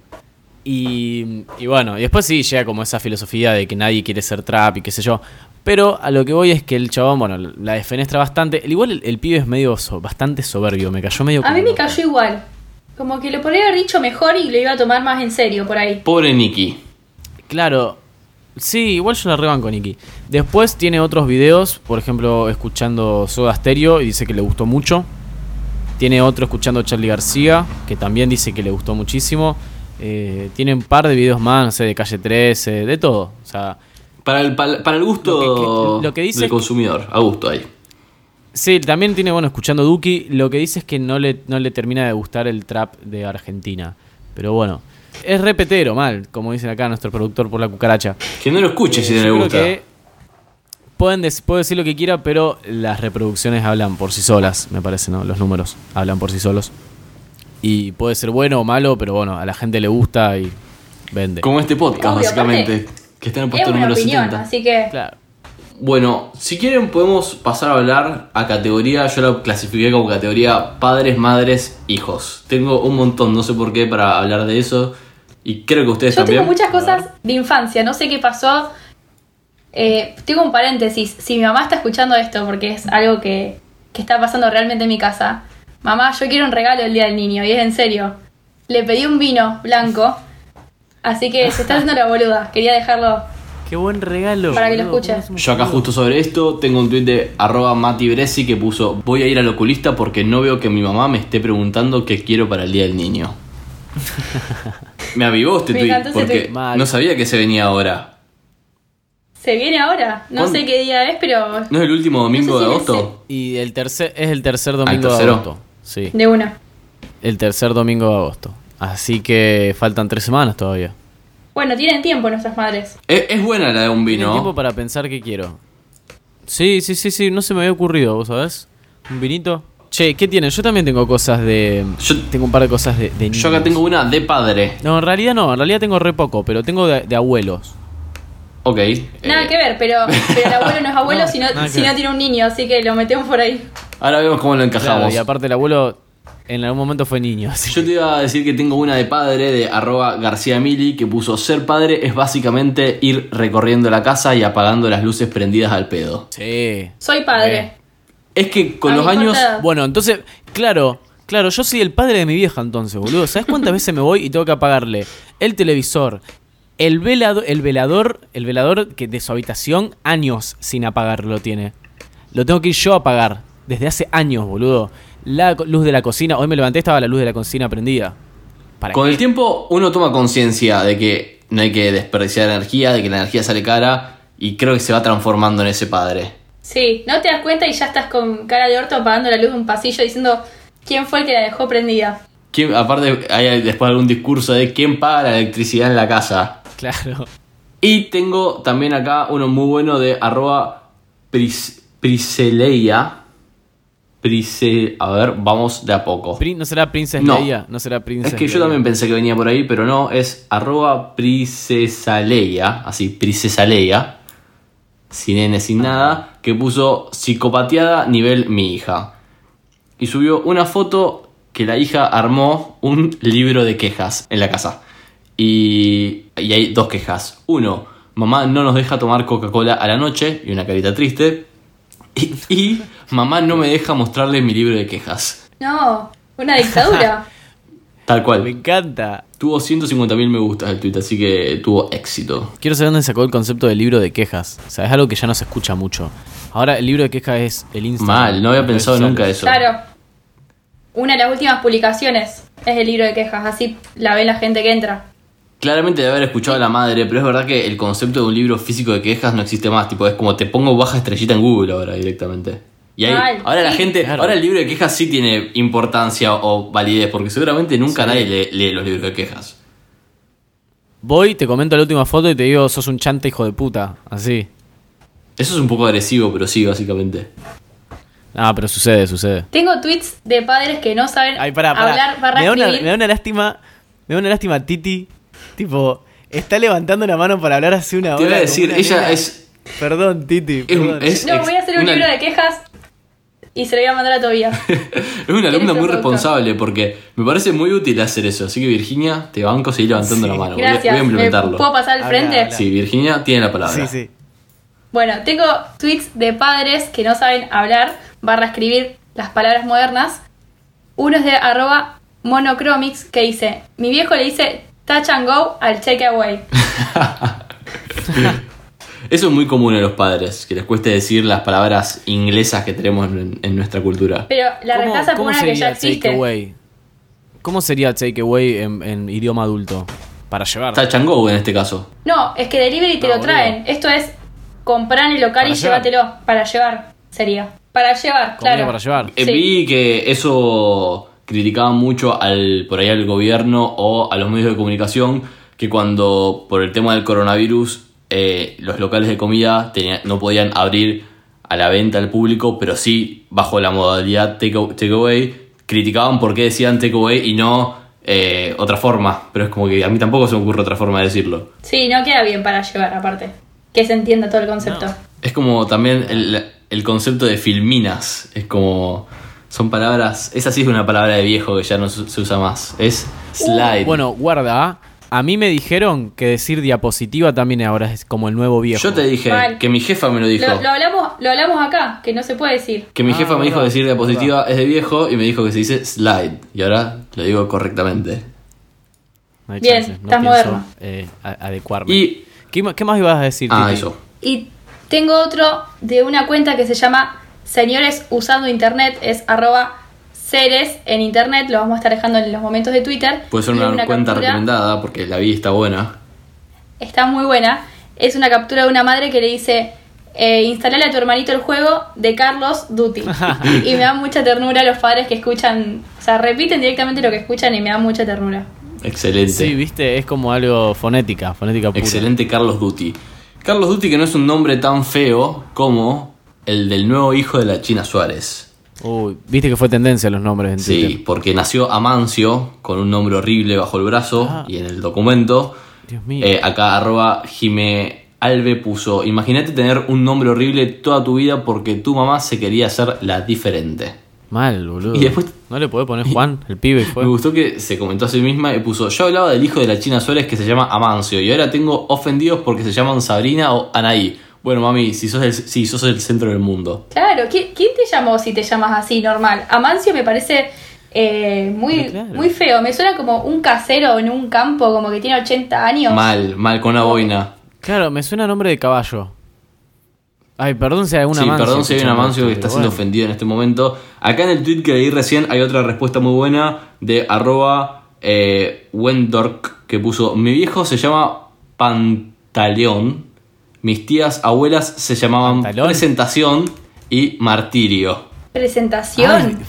Y, y bueno, y después sí llega como esa filosofía de que nadie quiere ser trap y qué sé yo. Pero a lo que voy es que el chabón, bueno, la desfenestra bastante. El- Igual el, el pibe es medio so- bastante soberbio, me cayó medio A mí como- me cayó igual. Como que lo podría haber dicho mejor y lo iba a tomar más en serio por ahí. Pobre Nicky. Claro. Sí, igual yo la rebanco, Nicky. Después tiene otros videos, por ejemplo, escuchando Soda Stereo y dice que le gustó mucho. Tiene otro escuchando Charlie García, que también dice que le gustó muchísimo. Eh, tiene un par de videos más, no sé, de Calle 13, de todo. O sea, Para el, para, para el gusto Lo que- que- lo que dice del es- consumidor, a gusto ahí. Sí, también tiene, bueno, escuchando Duki, lo que dice es que no le, no le termina de gustar el trap de Argentina. Pero bueno, es repetero, mal, como dicen acá nuestro productor por la cucaracha. Que no lo escuche si Eh, Yo no le creo gusta. que pueden dec- puedo decir lo que quiera, pero las reproducciones hablan por sí solas, me parece, ¿no? Los números hablan por sí solos. Y puede ser bueno o malo, pero bueno, a la gente le gusta y vende. Como este podcast, Obvio, básicamente. Que está en el Es puesto una número opinión, 70. así que Claro. Bueno, si quieren podemos pasar a hablar a categoría, yo la clasifiqué como categoría padres, madres, hijos. Tengo un montón, no sé por qué, para hablar de eso. Y creo que ustedes Yo también. tengo muchas cosas de infancia, no sé qué pasó. Eh, tengo un paréntesis. Si mi mamá está escuchando esto, porque es algo que, que está pasando realmente en mi casa. Mamá, yo quiero un regalo el día del niño, y es en serio. Le pedí un vino blanco, así que se está haciendo la boluda. Quería dejarlo. Qué buen regalo. Para que lo boludo, escuche. ¿cómo somos Yo acá boludos? justo sobre esto tengo un tuit de arroba Mati Bresi que puso voy a ir al oculista porque no veo que mi mamá me esté preguntando qué quiero para el Día del Niño. me avivó este Me tuit encantó ese porque tuit. Mal. no sabía que se venía ahora. ¿Se viene ahora? No ¿Cuándo? sé qué día es, pero ¿No es el último No domingo sé si de es agosto? Y el tercer, es el tercer domingo de tercero. agosto. Sí, de una. el tercer domingo de agosto. Así que faltan tres semanas todavía. Bueno, tienen tiempo nuestras madres. Es, es buena la de un Tienen tiempo vino. para pensar qué quiero. Sí, sí, sí, sí, no se me había ocurrido, ¿vos sabés? ¿Un vinito? Che, ¿qué tienen? Yo también tengo cosas de... Yo- tengo un par de cosas de, de Yo acá niños. tengo una de padre. No, en realidad no, en realidad tengo re poco, pero tengo de, de abuelos. Ok. Nada eh, que ver, pero, pero el abuelo no es abuelo No, si, no, nada que si ver. no tiene un niño, así que lo metemos por ahí. Ahora vemos cómo lo Claro, encajamos. y aparte el abuelo en algún momento fue niño, así Yo te iba a decir que tengo una de padre de arroba García Mili que puso ser padre es básicamente ir recorriendo la casa y apagando las luces prendidas al pedo. Sí. Soy padre. Eh. Es que A con mí los corta años... edad. Bueno, entonces, claro, claro, yo soy el padre de mi vieja entonces, boludo. ¿Sabes cuántas veces me voy y tengo que apagarle el televisor, el velado, el velador, el velador que de su habitación años sin apagarlo tiene. Lo tengo que ir yo a apagar desde hace años, boludo. La co- luz de la cocina, hoy me levanté estaba la luz de la cocina prendida. ¿Para Con qué? el tiempo uno toma conciencia de que no hay que desperdiciar energía, de que la energía sale cara y creo que se va transformando en ese padre. Sí, no te das cuenta y ya estás con cara de orto apagando la luz de un pasillo diciendo quién fue el que la dejó prendida. ¿Quién- aparte hay después algún discurso de quién paga la electricidad en la casa. Claro. Y tengo también acá uno muy bueno de arroba pris, priseleia. Prise- a ver, vamos de a poco. Pri- ¿No será Princess No. Leia? ¿No será Princess Es que yo Leia. también pensé que venía por ahí, pero no, es arroba prisesaleia, así, prisesaleia, sin n, sin nada, que puso psicopateada nivel mi hija. Y subió una foto que la hija armó un libro de quejas en la casa. Y, y hay dos quejas. Uno, mamá no nos deja tomar Coca-Cola a la noche, y una carita triste. Y, y mamá no me deja mostrarle mi libro de quejas. No, una dictadura. Tal cual. Me encanta. Tuvo 150.000 me gustas el tweet, así que tuvo éxito. Quiero saber dónde sacó el concepto del libro de quejas. O sea, es algo que ya no se escucha mucho. Ahora el libro de quejas es el Instagram. Mal, no había las redes pensado sociales. nunca eso. claro. Una de las últimas publicaciones es el libro de quejas, así la ve la gente que entra. Claramente de haber escuchado a la madre, pero es verdad que el concepto de un libro físico de quejas no existe más. Tipo, es como te pongo baja estrellita en Google ahora directamente. Y ahí, Mal, ahora la sí. gente, Claro. ahora el libro de quejas sí tiene importancia o validez, porque seguramente nunca nadie lee, lee los libros de quejas. Voy, te comento la última foto y te digo, sos un chanta hijo de puta. Así. Eso es un poco agresivo, pero sí, básicamente. Ah, pero sucede, sucede. Tengo tweets de padres que no saben Ay, pará, pará. hablar barra me, da una, escribir. me da una lástima. Me da una lástima, Titi. Tipo, está levantando la mano para hablar hace una hora. Te iba a como decir, una ella nena. es. Perdón, Titi. es, perdón. es No, ex- voy a hacer un una- libro de quejas y se lo voy a mandar a Tobías. Es una ser alumna muy productor. responsable porque me parece muy útil hacer eso. Así que Virginia, te banco seguir levantando la mano. Voy a- Voy, Gracias. a ¿Me implementarlo. puedo pasar al Habla, frente? habla. Sí, Virginia tiene la palabra. Sí, sí. Bueno, tengo tweets de padres que no saben hablar, barra escribir las palabras modernas. Uno es de arroba monochromics que dice, mi viejo le dice touch and go al check away. Eso es muy común en los padres, que les cueste decir las palabras inglesas que tenemos en, en nuestra cultura. Pero la ¿Cómo- reemplaza por cómo una que ya sería existe. takeaway? ¿Cómo sería takeaway en, en idioma adulto? Para llevar. Está Chango en este caso. No, es que delivery te No, lo traen. Esto es comprar en el local Para y llevar. llévatelo. Para llevar, sería. Para llevar, Comida claro. para llevar. Eh, Sí. Vi que eso criticaba mucho al por ahí al gobierno o a los medios de comunicación que cuando por el tema del coronavirus eh, los locales de comida tenía- no podían abrir a la venta al público, pero sí bajo la modalidad take- takeaway, criticaban por qué decían takeaway y no eh, otra forma, pero es como que a mí tampoco se me ocurre otra forma de decirlo. Sí, no queda bien para llevar, aparte. Que se entienda todo el concepto. Es como también el, el concepto de filminas. Es como. Son palabras. Esa sí es una palabra de viejo que ya no se se usa más. Es slide. Bueno, guarda. A mí me dijeron que decir diapositiva también ahora es como el nuevo viejo. yo te dije Mal. que mi jefa me lo dijo. Lo, lo hablamos, lo hahablamos acá, que no se puede decir. Que mi Ah, jefa me dijo verdad, decir diapositiva es de viejo y me dijo que se dice slide. Y ahora lo digo correctamente. No hay Bien, chance, no estás pienso, moderno. eh, a- adecuarme. Y. ¿Qué, ma- qué más ibas a decir? Ah, Titi? eso. Y tengo otro de una cuenta que se llama Señores Usando Internet, es arroba seres en internet, lo vamos a estar dejando en los momentos de Twitter. Puede ser Y una, es cuenta captura, recomendada porque la vi está buena. Está muy buena. Es una captura de una madre que le dice, eh, instalale a tu hermanito el juego de Carlos Duty. y me da mucha ternura los padres que escuchan, o sea, repiten directamente lo que escuchan y me da mucha ternura. Excelente. Sí, viste, es como algo fonética, fonética pura. Excelente Carlos Duty. Carlos Duty que no es un nombre tan feo como el del nuevo hijo de la China Suárez. Uy, viste que fue tendencia los nombres en Sí, Twitter. porque nació Amancio con un nombre horrible bajo el brazo Ah. y en el documento. Dios mío. eh, acá arroba Jime Alve puso, imagínate tener un nombre horrible toda tu vida porque tu mamá se quería hacer la diferente. Mal, boludo. y después- ¿No le podés poner Juan, el pibe? y fue? Me gustó que se comentó a sí misma y puso, yo hablaba del hijo de la China Suárez que se llama Amancio y ahora tengo ofendidos porque se llaman Sabrina o Anaí. Bueno, mami, si sos el, si sos el centro del mundo. Claro, ¿qui- ¿quién te llamó si te llamas así, normal? Amancio me parece eh, muy, Pero claro. muy feo. Me suena como un casero en un campo, como que tiene 80 años. Mal, mal, con una boina. Claro, me suena a nombre de caballo. Ay, perdón si hay un sí, Amancio perdón si hay un escuchando Amancio que esto, está pero siendo bueno. ofendido en este momento. Acá en el tweet que leí recién hay otra respuesta muy buena de arroba eh, Wendork que puso, mi viejo se llama Pantaleón, mis tías abuelas se llamaban ¿Pantalón? Presentación y Martirio. Presentación.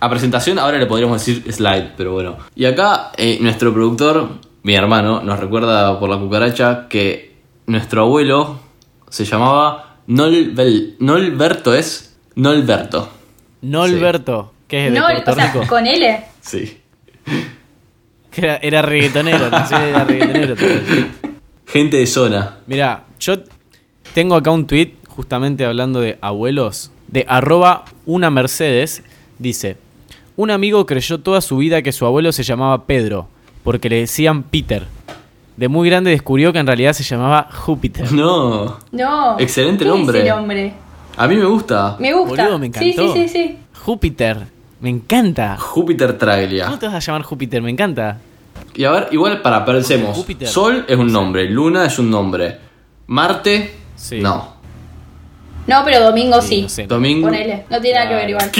A presentación ahora le podríamos decir slide, pero bueno. Y acá eh, nuestro productor, mi hermano, nos recuerda por la cucaracha que nuestro abuelo se llamaba Nolbel, Nolberto, ¿es? Nolberto. Nolberto, que es eh, de no, Puerto o sea, Rico. con L. Sí. Que era, era reggaetonero, no sé, era reggaetonero. te voy a decir. Gente de zona. Mirá, yo tengo acá un tweet justamente hablando de abuelos, de arroba una Mercedes, dice, un amigo creyó toda su vida que su abuelo se llamaba Pedro, porque le decían Peter. De muy grande descubrió que en realidad se llamaba Júpiter. No. No. Excelente ¿Qué es nombre. el nombre? A mí me gusta. Me gusta. Boludo, me sí, sí, encantó. sí, sí. Júpiter, me encanta. Júpiter ¿Cómo Traglia. te vas a llamar Júpiter? Me encanta. Y a ver, igual para, pensemos. Júpiter. Sol es un nombre, Luna es un nombre. Marte, Sí. no. No, pero domingo Oh, sí. no sé. Domingo. Ponele. No tiene nada que ver igual.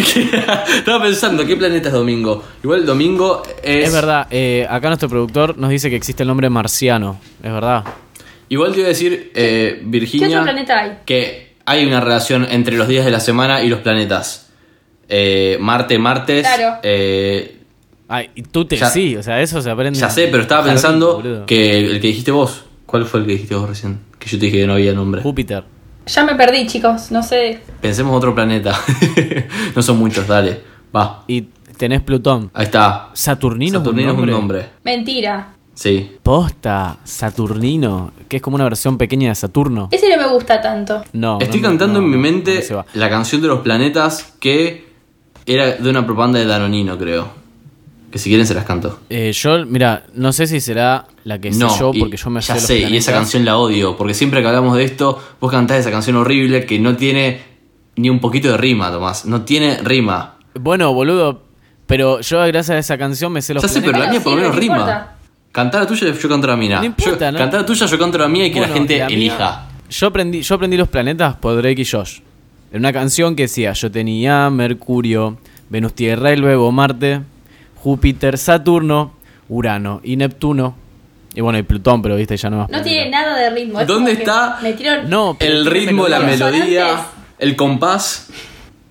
Estaba pensando, ¿qué planeta es domingo? Igual domingo es. Es, verdad, eh, acá nuestro productor nos dice que existe el nombre marciano, es verdad. Igual te iba a decir, eh, Virginia. ¿Qué otro planeta hay? Que hay una relación entre los días de la semana y los planetas. Eh, Marte, martes. Claro. eh, Ay, y tú te Ya- sí, o sea, eso se aprende. ya en sé, pero estaba jardín, pensando boludo. que el, el que dijiste vos. ¿Cuál fue el que dijiste vos recién? Que yo te dije que no había nombre. Júpiter. Ya me perdí, chicos. No sé. Pensemos otro planeta. no son muchos, dale. Va. Y tenés Plutón. Ahí está. Saturnino, Saturnino es un nombre. Mentira. Sí. Posta, Saturnino, que es como una versión pequeña de Saturno. Ese no me gusta tanto. No. Estoy no, no, cantando no, en mi no, mente no se va. la canción de los planetas que era de una propaganda de Danonino, creo. Que si quieren se las canto. Eh, yo, mira, no sé si será la que sé no, yo, y- porque yo me ya sé los sé, y esa planetas. canción la odio, porque siempre que hablamos de esto, vos cantás esa canción horrible que no tiene ni un poquito de rima, Tomás. No tiene rima. Bueno, boludo, pero yo gracias a esa canción me sé los ya sé, pero planetas. Bueno, la mía por lo sí, menos no rima. importa. Cantar la tuya, yo canto la mía. No importa, ¿no? Cantar la tuya, yo canto la mía y que la Bueno, gente la mía- elija. Yo aprendí, yo aprendí los planetas por Drake y Josh. En una canción que decía, yo tenía Mercurio, Venus, Tierra y luego Marte, Júpiter, Saturno, Urano y Neptuno. Y bueno, y Plutón, pero viste, ya no más. No planeta. tiene nada de ritmo. Es ¿Dónde como que está? Me tiro... No, pero El tiene ritmo, la melodía. melodía, Consonantes. el compás.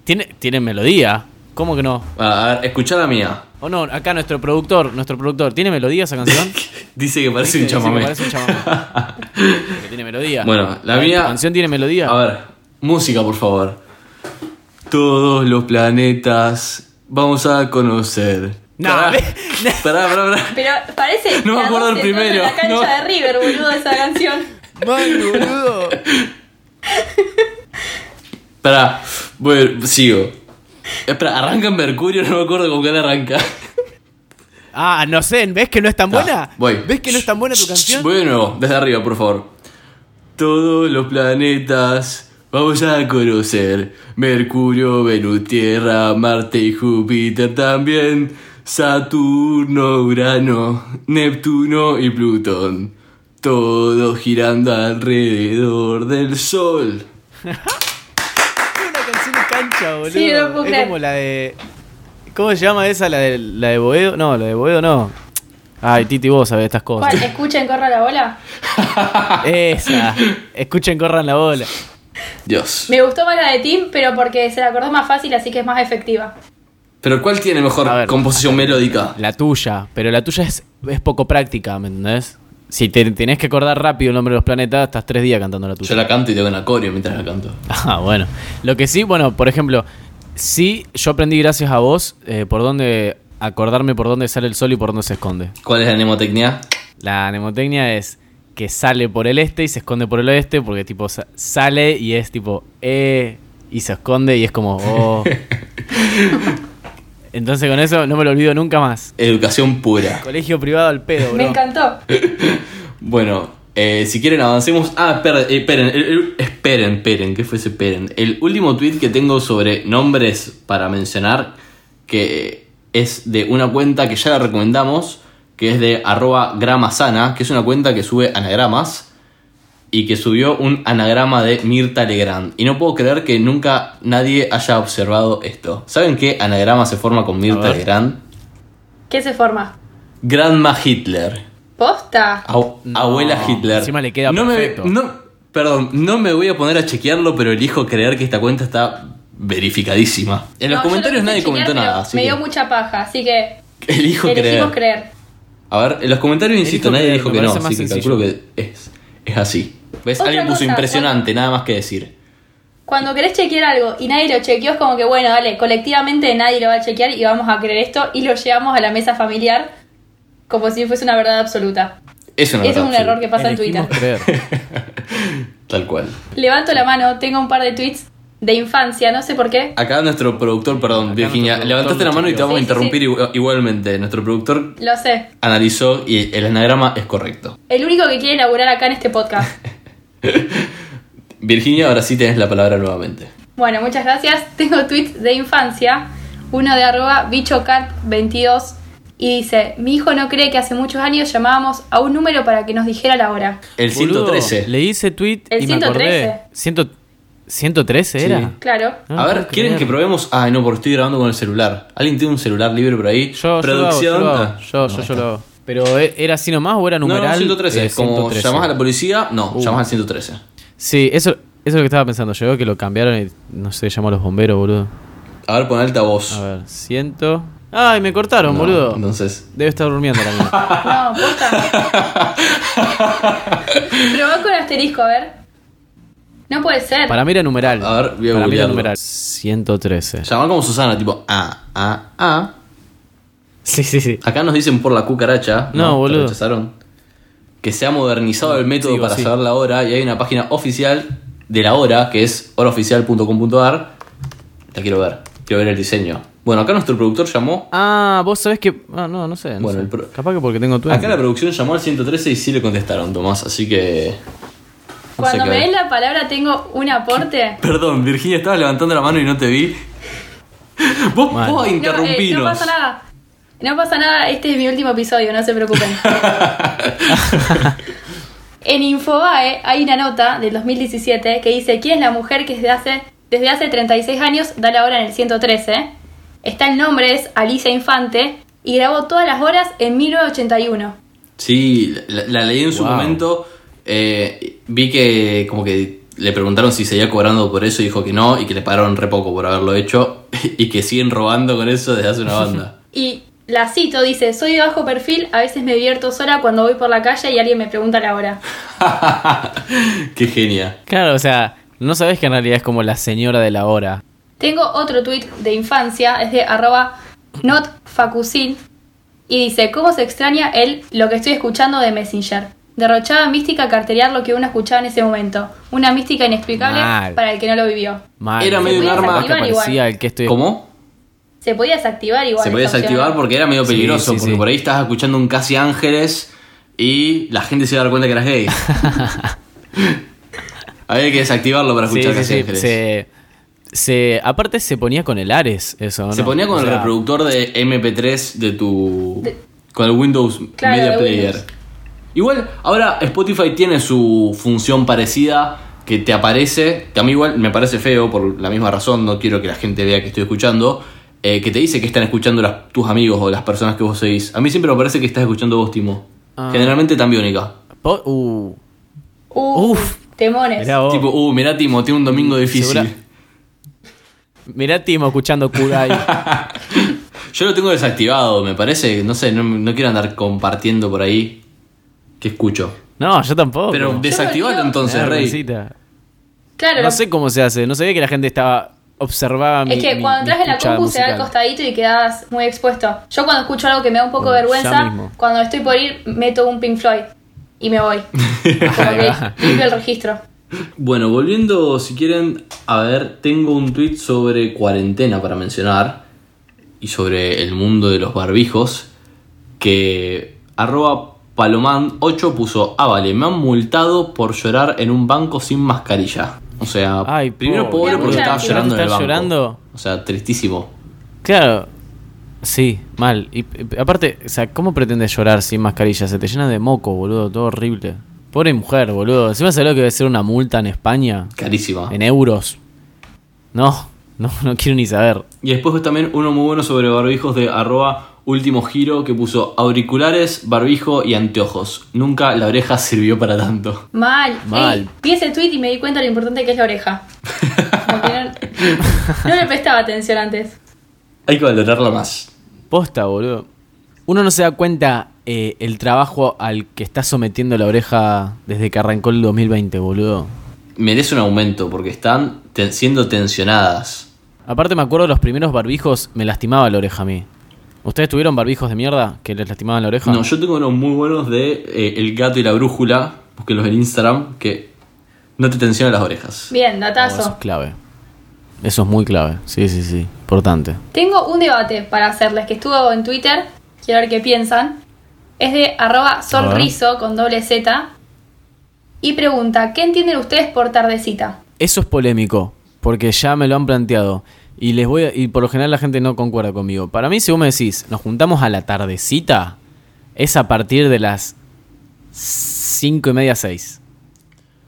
Tiene, tiene melodía. ¿Cómo que no? A ver, escuchá la mía. O no, acá nuestro productor, nuestro productor, ¿tiene melodía esa canción? Dice que parece Dice un que chamamé. parece un chamamé. Porque tiene melodía. Bueno, la A ver, mía- ¿Tu canción tiene melodía? A ver, música, por favor. Todos los planetas vamos a conocer. No, Pará. ve- Pará, pará, pará. Pero parece. No me la acuerdo el 12 entrando en primero, La cancha no. de River, boludo, esa canción. Mal, boludo. Pará, bueno, sigo. Espera, arranca en Mercurio, no me acuerdo con qué le arranca. Ah, no sé, ¿ves que no es tan Ta, buena? voy. ¿Ves que no es tan buena tu canción? Voy de nuevo, desde arriba, por favor. Todos los planetas vamos a conocer. Mercurio, Venus, Tierra, Marte y Júpiter también. Saturno, Urano, Neptuno y Plutón. Todos girando alrededor del Sol. Es una canción de cancha, boludo. Sí, no puedo es creer. como la de. ¿Cómo se llama esa? La de, la de Boedo. No, la de Boedo no. Ay, Titi, vos sabés estas cosas. ¿Cuál? ¿Escuchen, corra la bola? Esa. Escuchen, corran la bola. Dios. Me gustó más la de Tim, pero porque se la acordó más fácil, así que es más efectiva. Pero ¿cuál tiene A mejor ver. composición melódica? La tuya, pero la tuya es, es poco práctica, ¿me entendés? Si te tenés que acordar rápido el nombre de los planetas, estás tres días cantando la Yo tuya. la canto y tengo una coreo mientras la canto. Ah, bueno. Lo que sí, bueno, por ejemplo, sí, yo aprendí gracias a vos eh, por dónde acordarme por dónde sale el sol y por dónde se esconde. ¿Cuál es la mnemotecnia? La mnemotecnia es que sale por el este y se esconde por el oeste, porque tipo sa- sale y es tipo eh y se esconde y es como oh. Entonces con eso no me lo olvido nunca más. Educación pura. Colegio privado al pedo, Me bro. encantó. Bueno, eh, si quieren avancemos. Ah, esperen, eh, esperen, el- el- esperen, esperen, ¿qué fue ese esperen? El último tweet que tengo sobre nombres para mencionar, que es de una cuenta que ya la recomendamos, que es de arroba gramasana, que es una cuenta que sube anagramas. Y que subió un anagrama de Mirta Legrand. Y no puedo creer que nunca nadie haya observado esto. ¿Saben qué anagrama se forma con Mirta ver. Legrand? ¿Qué se forma? Grandma Hitler. ¿Posta? Au- No, abuela Hitler. encima le queda no perfecto. Me, no, perdón, no me voy a poner a chequearlo, pero elijo creer que esta cuenta está verificadísima. En los No, yo comentarios lo quise nadie chequear, comentó pero nada, así Me dio que mucha paja, así que elijo creer. elegimos creer. A ver, en los comentarios insisto, Elijo nadie creer, dijo me que no, parece más así que sencillo. calculo que es, es así. ¿Ves? Otra Alguien puso cosa, impresionante, nada más que decir. Cuando querés chequear algo y nadie lo chequeó, es como que bueno, dale, colectivamente nadie lo va a chequear y vamos a creer esto y lo llevamos a la mesa familiar como si fuese una verdad absoluta. Es una es verdad un error que absoluta. pasa en Elegimos Twitter. creer. Tal cual. Levanto la mano, tengo un par de tweets de infancia, no sé por qué. Acá nuestro productor, perdón, Acá Virginia, nuestro levantaste productor la mano y te vamos a Sí, sí, interrumpir igu- igualmente. Nuestro productor Lo sé. analizó y el anagrama es correcto. El único que quiere inaugurar acá en este podcast. Virginia, ahora sí tenés la palabra nuevamente. Bueno, muchas gracias. Tengo tweets de infancia, uno de arroba bichocat22 y dice, mi hijo no cree que hace muchos años llamábamos a un número para que nos dijera la hora. El Boludo, 113. Le hice tweet El y me acordé. 113. Ciento- 113 era. Claro. No a lo ver, puedo ¿quieren creer. que probemos? Ah, no, porque estoy grabando con el celular. ¿Alguien tiene un celular libre por ahí? Yo, yo lo hago, yo ¿Producción? lo hago, Ah, yo, yo, no, yo lo hago. Pero ¿e- era así nomás o era No, numeral. no, 113. Eh, Como 113. llamás a la policía, no, Uh. llamás al 113. Sí, eso, eso es lo que estaba pensando. Llegó que lo cambiaron y no sé, llamó a los bomberos, boludo. A ver, pon altavoz. A ver, ciento. ¡Ay, me cortaron, No, boludo! Entonces. Debe estar durmiendo la mía. No, posta. Probá con asterisco, a ver. No puede ser. Para mí era numeral. A ver, voy a Para mí era googlearlo. numeral. 113. Llamar como Susana, tipo, ah, ah, ah. Sí, sí, sí. Acá nos dicen por la cucaracha. No, Te boludo. rechazaron. Que se ha modernizado el método digo, para sí. saber la hora y hay una página oficial de la hora que es horaoficial.com.ar. La quiero ver, quiero ver el diseño. Bueno, acá nuestro productor llamó. Ah, vos sabés que. Ah, no, no sé. no Bueno, sé. el pro- Capaz que porque tengo tu. Acá la producción llamó al 113 y sí le contestaron, Tomás, así que. no sé Cuando qué me ver. den la palabra tengo un aporte. Perdón, Virginia, estaba levantando la mano y no te vi. Vos, Mal. vos No, No, eh, interrumpinos. no pasa nada. No pasa nada, este es mi último episodio, no se preocupen. en Infobae hay una nota del 2017 que dice ¿Quién es la mujer que desde hace, desde hace 36 años da la hora en el 113? Está el nombre, es Alicia Infante, y grabó todas las horas en 1981. Sí, la, la leí en su Wow. momento. eh, vi que como que le preguntaron si seguía cobrando por eso y dijo que no y que le pagaron re poco por haberlo hecho y que siguen robando con eso desde hace una banda. Y la cito, dice, soy de bajo perfil, a veces me divierto sola cuando voy por la calle y alguien me pregunta la hora. Qué genia. Claro, o sea, no sabés que en realidad es como la señora de la hora. Tengo otro tweet de infancia, es de arroba notfacusil, y dice, ¿cómo se extraña el lo que estoy escuchando de Messenger? Derrochaba mística carteriar lo que uno escuchaba en ese momento. Una mística inexplicable Mal. para el que no lo vivió. Mal, Era no medio sé, un capaz arma- que aparecía el que estoy. ¿Cómo? Se podía desactivar igual. Se podía esa opción. desactivar porque era medio Sí, peligroso, sí, porque sí. por ahí estás escuchando un casi ángeles y la gente se iba a dar cuenta que eras gay. Había que desactivarlo para Sí, escuchar sí, casi sí, ángeles. Se, se, se- aparte se ponía con el Ares, eso. ¿no? ponía con O el sea, reproductor de MP3 de tu. De- con el Windows Claro, Media de Player. Windows. Igual, ahora Spotify tiene su función parecida que te aparece, que a mí igual me parece feo por la misma razón, no quiero que la gente vea que estoy escuchando, eh, que te dice que están escuchando las- tus amigos o las personas que vos seguís. A mí siempre me parece que estás escuchando vos, Timo. Ah. Generalmente tan biónica. po- uh, Uh, Uf. Temones. mirá vos. Mm, Tipo, uh, mirá Timo, tiene un domingo difícil. Segura- Mirá Timo escuchando Kudai. Yo lo tengo desactivado, me parece, no sé, no, no quiero andar compartiendo por ahí que escucho. No, yo Ah, tampoco. Pero Mirá, desactivalo quiero- entonces, Rey. Rosita. Claro, No sé cómo se hace, no sabía que la gente estaba observaba mi es que mi- cuando mi entras en la escuchada compu se da al musical. costadito y quedas muy expuesto. Yo cuando escucho algo que me da un poco de Bueno, Oh, ya vergüenza, mismo. cuando estoy por ir, meto un Pink Floyd y me voy. Como Ahí que va. limpio el registro. Bueno, volviendo, si quieren, a ver, tengo un tweet sobre cuarentena para mencionar y sobre el mundo de los barbijos que arroba paloman8 puso, ah, vale, me han multado por llorar en un banco sin mascarilla. O sea, Ay, primero pobre. pobre porque Mira, estaba muchacho. llorando en el ¿Estás banco. llorando? O sea, tristísimo. Claro. Sí, mal. Y y aparte, o sea, ¿cómo pretendes llorar sin mascarilla? Se te llena de moco, boludo, todo horrible. Pobre mujer, boludo. Encima salió que debe ser una multa en España, Carísima. en euros. No, no, no quiero ni saber. Y después también uno muy bueno sobre barbijos de arroba último giro que puso auriculares, barbijo y anteojos. Nunca la oreja sirvió para tanto. Mal. Mal. Ey, vi ese tweet y me di cuenta de lo importante que es la oreja. Como que no, no le prestaba atención antes. Hay que valorarla más. Posta, boludo. Uno no se da cuenta eh, el trabajo al que está sometiendo la oreja desde que arrancó el 2020, boludo. Merece un aumento porque están ten- siendo tensionadas. Aparte me acuerdo de los primeros barbijos, me lastimaba la oreja a mí. ¿Ustedes tuvieron barbijos de mierda que les lastimaban la oreja? No, yo tengo unos muy buenos de eh, El gato y la brújula, los en Instagram, que no te tensionan las orejas. Bien, Oh, eso es datazo. clave. Eso es muy clave. Sí, sí, sí. Importante. Tengo un debate para hacerles que estuvo en Twitter. Quiero ver qué piensan. Es de arroba sorriso con doble Z. Y pregunta, ¿qué entienden ustedes por tardecita? Eso es polémico, porque ya me lo han planteado. Y les voy a- y por lo general la gente no concuerda conmigo. Para mí, si vos me decís, nos juntamos a la tardecita, es a partir de las cinco y media, seis.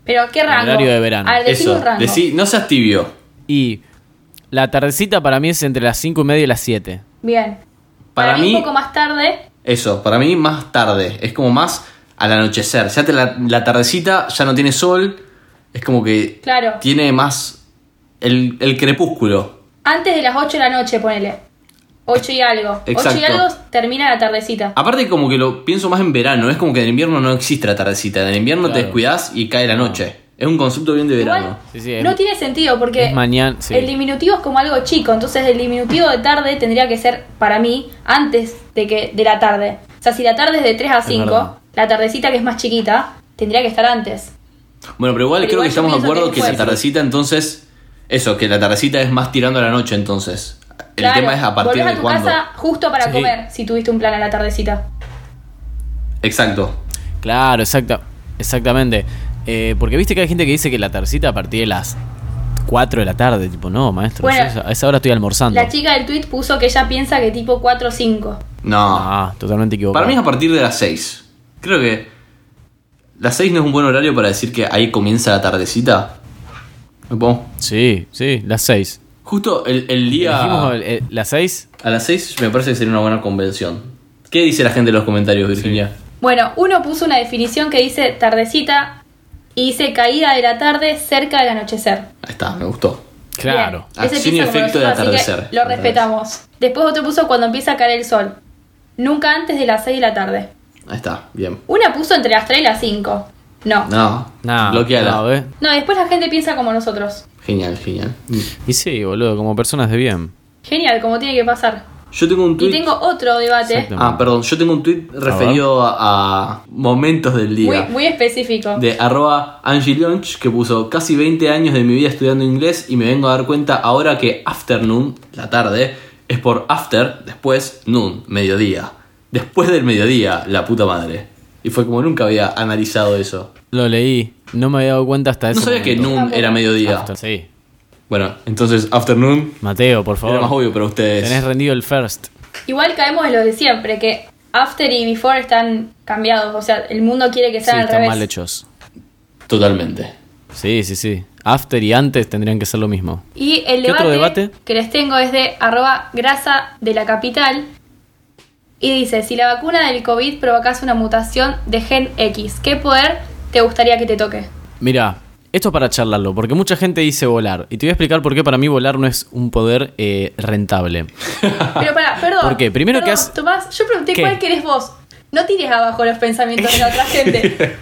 Pero ¿qué rango? horario de verano. A ver, decime Eso, un rango. decí- no seas tibio. Y la tardecita para mí es entre las cinco y media y las siete. Bien. Para mí- un poco más tarde, Eso, para mí más tarde. Es como más al anochecer. Ya te la, la tardecita ya no tiene sol. Es como que Claro. tiene más el, el crepúsculo. antes de las 8 de la noche, ponele. 8 y algo. 8 y Exacto. algo termina la tardecita. Aparte como que lo pienso más en verano. Es como que en invierno no existe la tardecita. En el invierno te Claro. Ah. descuidas y cae la noche. Es un concepto bien de verano. Igual Sí, sí, es- no tiene sentido porque es mañana, sí. el diminutivo es como algo chico, entonces el diminutivo de tarde tendría que ser para mí antes de que de la tarde. O sea, si la tarde es de 3 a 5, verdad. la tardecita que es más chiquita tendría que estar antes. Bueno, pero igual Pero igual creo que yo estamos de pienso acuerdo que que la después. tardecita entonces... Eso, que la tardecita es más tirando a la noche entonces. El Claro, tema es a partir volvés de tu cuándo. casa justo para Sí. comer si tuviste un plan a la tardecita. Exacto. Claro, exacta, exactamente. Eh, porque viste que hay gente que dice que la tardecita a partir de las 4 de la tarde. Tipo, no, maestro, Bueno, yo a esa hora estoy almorzando. La chica del tweet puso que ella piensa que tipo 4 o 5. No. Ah, totalmente equivocado. Para mí es a partir de las 6. Creo que las 6 no es un buen horario para decir que ahí comienza la tardecita. ¿Me pongo? Sí, sí, las 6. Justo el, el Dijimos día... eh, las 6. A las 6 me parece que sería una buena convención. ¿Qué dice la gente en los comentarios, Virginia? Bueno, uno puso una definición que dice tardecita y dice caída de la tarde cerca del anochecer. Ahí está, me gustó. Claro. Bien, ese Acción y piso como efecto de nosotros, así que atardecer. Lo respetamos. Después otro puso cuando empieza a caer el sol. Nunca antes de las 6 de la tarde. Ahí está, bien. Una puso entre las 3 y las 5. No. no. No, Nah, bloqueala. no, ¿ves? después la gente piensa como nosotros. Genial, genial. Y sí, boludo, como personas de bien. Genial, como tiene que pasar. Yo tengo un tweet. Y tengo otro debate Exacto. Ah, perdón, yo tengo un tweet referido a, a momentos del muy, día. muy específico. de arroba Angie Lunch que puso casi 20 años de mi vida estudiando inglés y me vengo a dar cuenta ahora que afternoon, la tarde, es por after, después noon, mediodía. Después del mediodía, la puta madre. Y fue como nunca había analizado eso. Lo leí, no me había dado cuenta hasta eso. No sabía que noon Tampoco. era mediodía. Sí. Bueno, entonces afternoon Mateo, por era más favor. obvio para ustedes. Tenés rendido el first. Igual caemos en lo de siempre, que after y before están cambiados. O sea, el mundo quiere que Sí, sean al están revés. mal hechos. Totalmente. Sí, sí, sí. After y antes tendrían que ser lo mismo. Y el ¿Qué debate, otro debate? que les tengo es de arroba grasa de la capital. Y dice, si la vacuna del COVID provocase una mutación de gen X, ¿qué poder te gustaría que te toque? Mira, esto es para charlarlo, porque mucha gente dice volar. Y te voy a explicar por qué para mí volar no es un poder eh, rentable. Pero para, perdón. ¿Por qué? Primero que perdón, has- Tomás, yo pregunté ¿Qué? cuál querés vos. No tires abajo los pensamientos de la otra gente.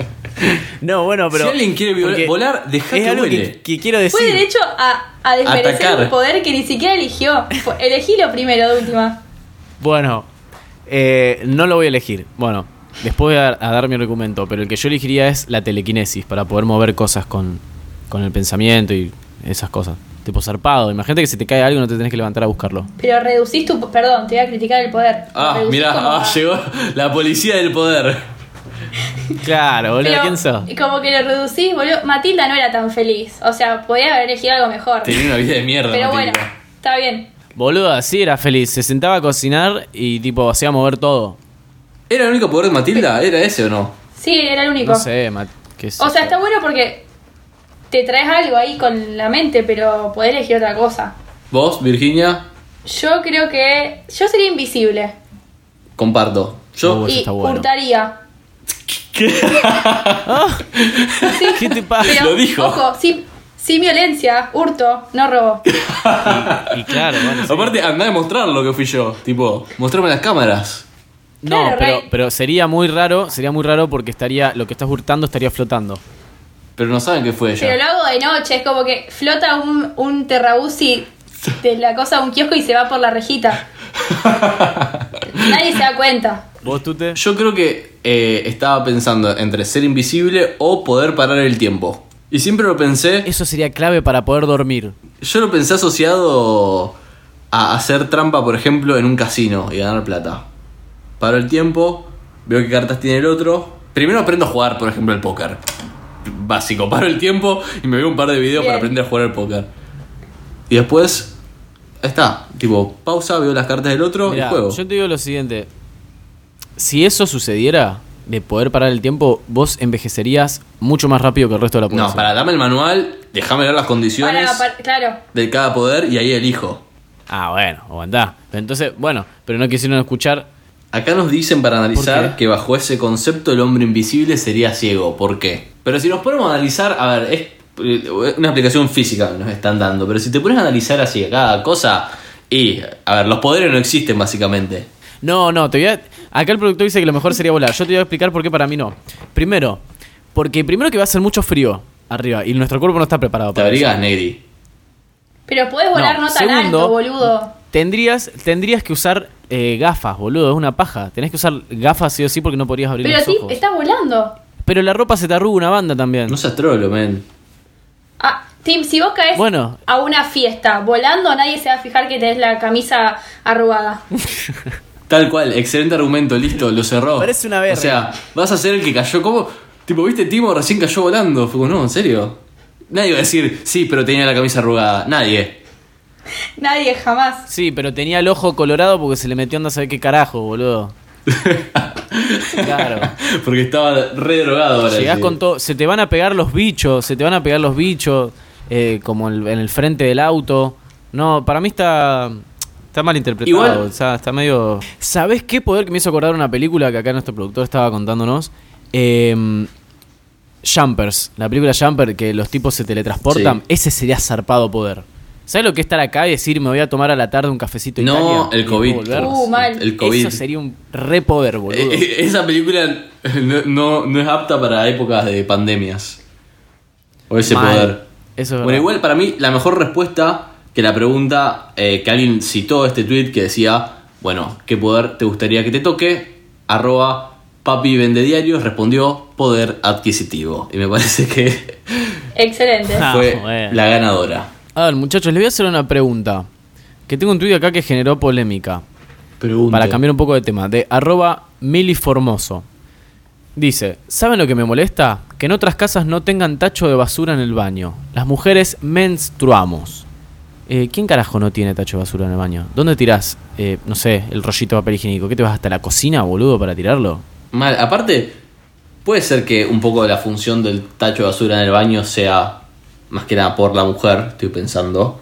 No, bueno, pero. Si alguien quiere viola- porque volar, dejá es que algo vuele. Que, que quiero decir. Fue derecho a, a desmerecer Atacar. un poder que ni siquiera eligió. Fue- Elegilo primero, de última. Bueno, eh, no lo voy a elegir. Bueno, después voy a, a dar mi argumento, pero el que yo elegiría es la telequinesis para poder mover cosas con, con el pensamiento y esas cosas. Tipo zarpado. Imagínate que se te cae algo y no te tenés que levantar a buscarlo. Pero reducís tu... Perdón, te voy a criticar el poder. Ah, Reducís mirá, como ah, a- llegó la policía del poder. Claro, boludo, Pero eh, ¿quién sos? Como que lo reducís, boludo. Matilda no era tan feliz. O sea, podía haber elegido algo mejor. Tenía una vida de mierda. Pero Matilda. bueno, está bien. Boludo, así era feliz. Se sentaba a cocinar y tipo hacía mover todo. ¿Era el único poder de Matilda? ¿Era ese o no? Sí, era el único. No sé, Mat. qué sé O sea, yo. está bueno porque te traes algo ahí con la mente, pero podés elegir otra cosa. ¿Vos, Virginia? Yo creo que. Yo sería invisible. Comparto. Yo. Oh, eso y está bueno. hurtaría. Sí, ¿Qué te pasa? pero, Lo dijo. Ojo, sin, sin violencia, hurto, no robo. Y claro, bueno, sí. Aparte, andá a mostrar lo que fui yo. Tipo, mostrarme las cámaras. No, Claro, pero, Rey. pero sería muy raro, sería muy raro porque estaría, lo que estás hurtando estaría flotando. Pero no saben qué fue Pero lo ella. hago de noche, es como que flota un, un terrabuzzi de la cosa a un kiosco y se va por la rejita. Nadie se da cuenta. ¿Vos, Tute? Yo creo que eh, estaba pensando entre ser invisible o poder parar el tiempo. Y siempre lo pensé. Eso sería clave para poder dormir. Yo lo pensé asociado a hacer trampa, por ejemplo, en un casino y ganar plata. Paro el tiempo, veo qué cartas tiene el otro. Primero aprendo a jugar, por ejemplo, el póker. Básico, paro el tiempo y me veo un par de videos Bien. para aprender a jugar al póker. Y después ahí está, tipo, pausa, veo las cartas del otro Mirá, y juego. yo te digo lo siguiente. Si eso sucediera, de poder parar el tiempo, vos envejecerías mucho más rápido que el resto de la población. No, para, dame el manual, déjame ver las condiciones Para- para- claro. de cada poder y ahí elijo. Ah, bueno, aguantá. Pero Entonces, bueno, pero no quisieron escuchar. Acá nos dicen para ¿Por analizar qué? que bajo ese concepto el hombre invisible sería ciego. ¿Por qué? Pero si nos ponemos a analizar, a ver, es eh, una aplicación física que nos están dando, pero si te pones a analizar así a cada cosa, y, a ver, los poderes no existen básicamente. No, no, te voy a... Acá el productor dice que lo mejor sería volar. Yo te voy a explicar por qué para mí no. Primero, porque primero que va a hacer mucho frío arriba y nuestro cuerpo no está preparado Te para eso. abrigas, Negri. Pero podés volar no, No, tan segundo- alto, boludo. Tendrías, tendrías que usar eh, gafas, boludo, es una paja. Tenés que usar gafas sí o sí porque no podrías abrir Pero los ti ojos. estás volando. Pero la ropa se te arruga una banda también. No seas trolo, men. Ah, Tim, si vos caes Bueno. a una fiesta volando, nadie se va a fijar que tenés la camisa arrugada. Tal cual, excelente argumento, listo, lo cerró. Parece una verga. O sea, vas a ser el que cayó. ¿Cómo? Tipo, viste, Timo recién cayó volando. Fue como, no, en serio. Nadie va a decir, sí, pero tenía la camisa arrugada. Nadie. Nadie jamás. Sí, pero tenía el ojo colorado porque se le metió anda a saber qué carajo, boludo. Claro. Porque estaba re drogado ahora. Llegás sí. con todo. Se te van a pegar los bichos, se te van a pegar los bichos, eh, como el- en el frente del auto. No, para mí está. Está mal interpretado. Igual- o sea, está medio. ¿Sabés qué poder que me hizo acordar una película que acá nuestro productor estaba contándonos? Eh, Jumpers, la película Jumper, que los tipos se teletransportan, Sí. ese sería zarpado poder. ¿Sabes lo que es estar acá y decir me voy a tomar a la tarde un cafecito Italia No, el y después COVID. volver? Uh, mal. El COVID. Eso sería un re poder, Eh, boludo. eh, esa película no, no- no es apta para épocas de pandemias. O ese Mal. poder. Eso es bueno, verdad. igual para mí la mejor respuesta que la pregunta eh, que alguien citó este tweet que decía bueno, ¿qué poder te gustaría que te toque? Arroba papi vende diarios respondió poder adquisitivo. Y me parece que Excelente. Ah, fue bueno. la ganadora. A ver, muchachos, les voy a hacer una pregunta. Que tengo un tuit acá que generó polémica. Pregunta. Para cambiar un poco de tema. De arroba miliformoso. Dice, ¿saben lo que me molesta? Que en otras casas no tengan tacho de basura en el baño. Las mujeres menstruamos. Eh, ¿Quién carajo no tiene tacho de basura en el baño? ¿Dónde tirás, eh, no sé, el rollito de papel higiénico? ¿Qué te vas hasta la cocina, boludo, para tirarlo? Mal, aparte, puede ser que un poco la función del tacho de basura en el baño sea más que nada por la mujer, estoy pensando.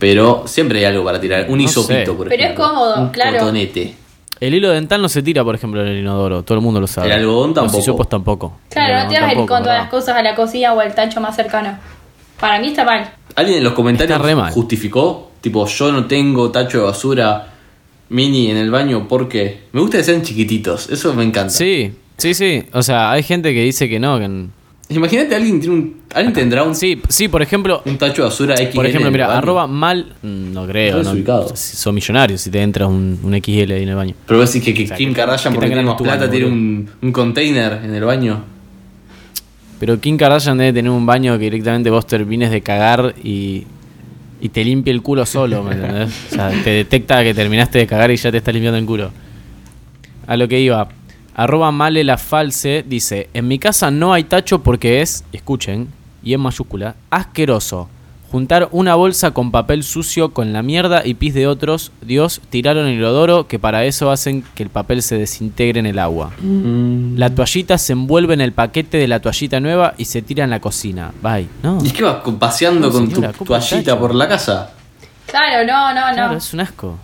Pero siempre hay algo para tirar. Un No hisopito, sé. por Pero es ejemplo. cómodo, un claro. cotonete. El hilo dental no se tira, por ejemplo, en el inodoro. Todo el mundo lo sabe. El algodón tampoco. Los hisopos tampoco. El Claro, no algodón te vas a ir con tampoco, todas las ¿verdad? cosas a la cocina o al tacho más cercano. Para mí está mal. Alguien en los comentarios Está re mal. justificó, tipo, yo no tengo tacho de basura mini en el baño porque me gusta que sean chiquititos, eso me encanta. Sí, sí, sí. O sea, hay gente que dice que no. Que... n- Imagínate alguien tiene un alguien tendrá un, Sí, sí, por ejemplo, un tacho de basura XL. Por ejemplo, en el mira, baño. arroba mal. mm, No creo. Re No, desubicado. Si Son millonarios si te entra un, un XL ahí en el baño. Pero vos decís que, que O sea, Kim que- que Kardashian porque tengan tiene más tu baño, plata tiene boludo. un, un container en el baño. Pero Kim Kardashian debe tener un baño que directamente vos termines de cagar y, y te limpia el culo solo, ¿me entendés? O sea, te detecta que terminaste de cagar y ya te está limpiando el culo. A lo que iba. Arroba male la false dice: En mi casa no hay tacho porque es, escuchen, y en mayúscula, asqueroso. Juntar una bolsa con papel sucio con la mierda y pis de otros, Dios, tiraron el odoro que para eso hacen que el papel se desintegre en el agua. La toallita se envuelve en el paquete de la toallita nueva y se tira en la cocina. Bye. No. ¿Y es que vas con- paseando No, con señora, tu ¿cómo un toallita tacho? por la casa? Claro, no, Ah, no, no. Claro, es un asco.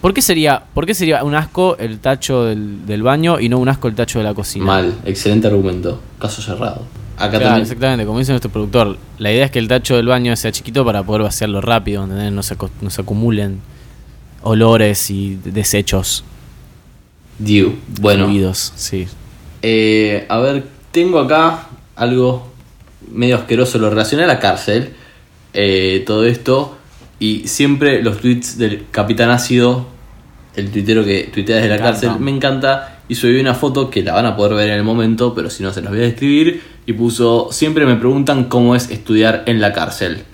¿Por qué sería, por qué sería un asco el tacho del, del baño y no un asco el tacho de la cocina? Mal, excelente argumento. Caso cerrado. Acá Claro, también. exactamente, como dice nuestro productor, la idea es que el tacho del baño sea chiquito para poder vaciarlo rápido, ¿entendés? No se, acu- no se acumulen olores y desechos Diu. Bueno. fluidos. Sí. Eh, a ver, tengo acá algo medio asqueroso, lo relacioné a la cárcel, eh, todo esto, y siempre los tweets del capitán ha sido el tuitero que tuitea desde la encanta. cárcel, me encanta, y subí una foto que la van a poder ver en el momento, pero si no se las voy a describir, y puso, siempre me preguntan cómo es estudiar en la cárcel.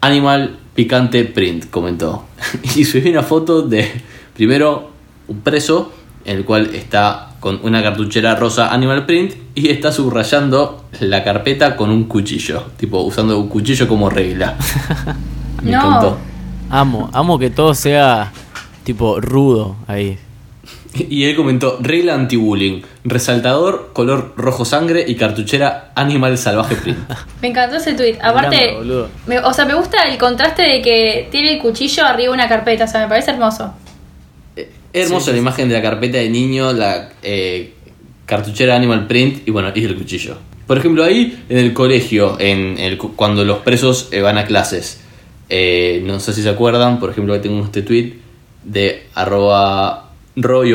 Animal Picante Print comentó. Y subí una foto de, primero, un preso, el cual está con una cartuchera rosa Animal Print y está subrayando la carpeta con un cuchillo, tipo usando un cuchillo como regla. Me No. encantó. Amo, amo que todo sea tipo rudo ahí. Y él comentó, regla anti-bullying, resaltador, color rojo sangre y cartuchera Animal Salvaje Print. Me encantó ese tweet. Aparte, Grande, boludo. me- o sea, me gusta el contraste de que tiene el cuchillo arriba de una carpeta. O sea, me parece hermoso. Eh, Hermosa la imagen de la carpeta de niño, la eh, cartuchera Animal Print y bueno, y el cuchillo. Por ejemplo, ahí en el colegio, en el cu- cuando los presos eh, van a clases, eh, no sé si se acuerdan, por ejemplo, ahí tengo este tweet de arroba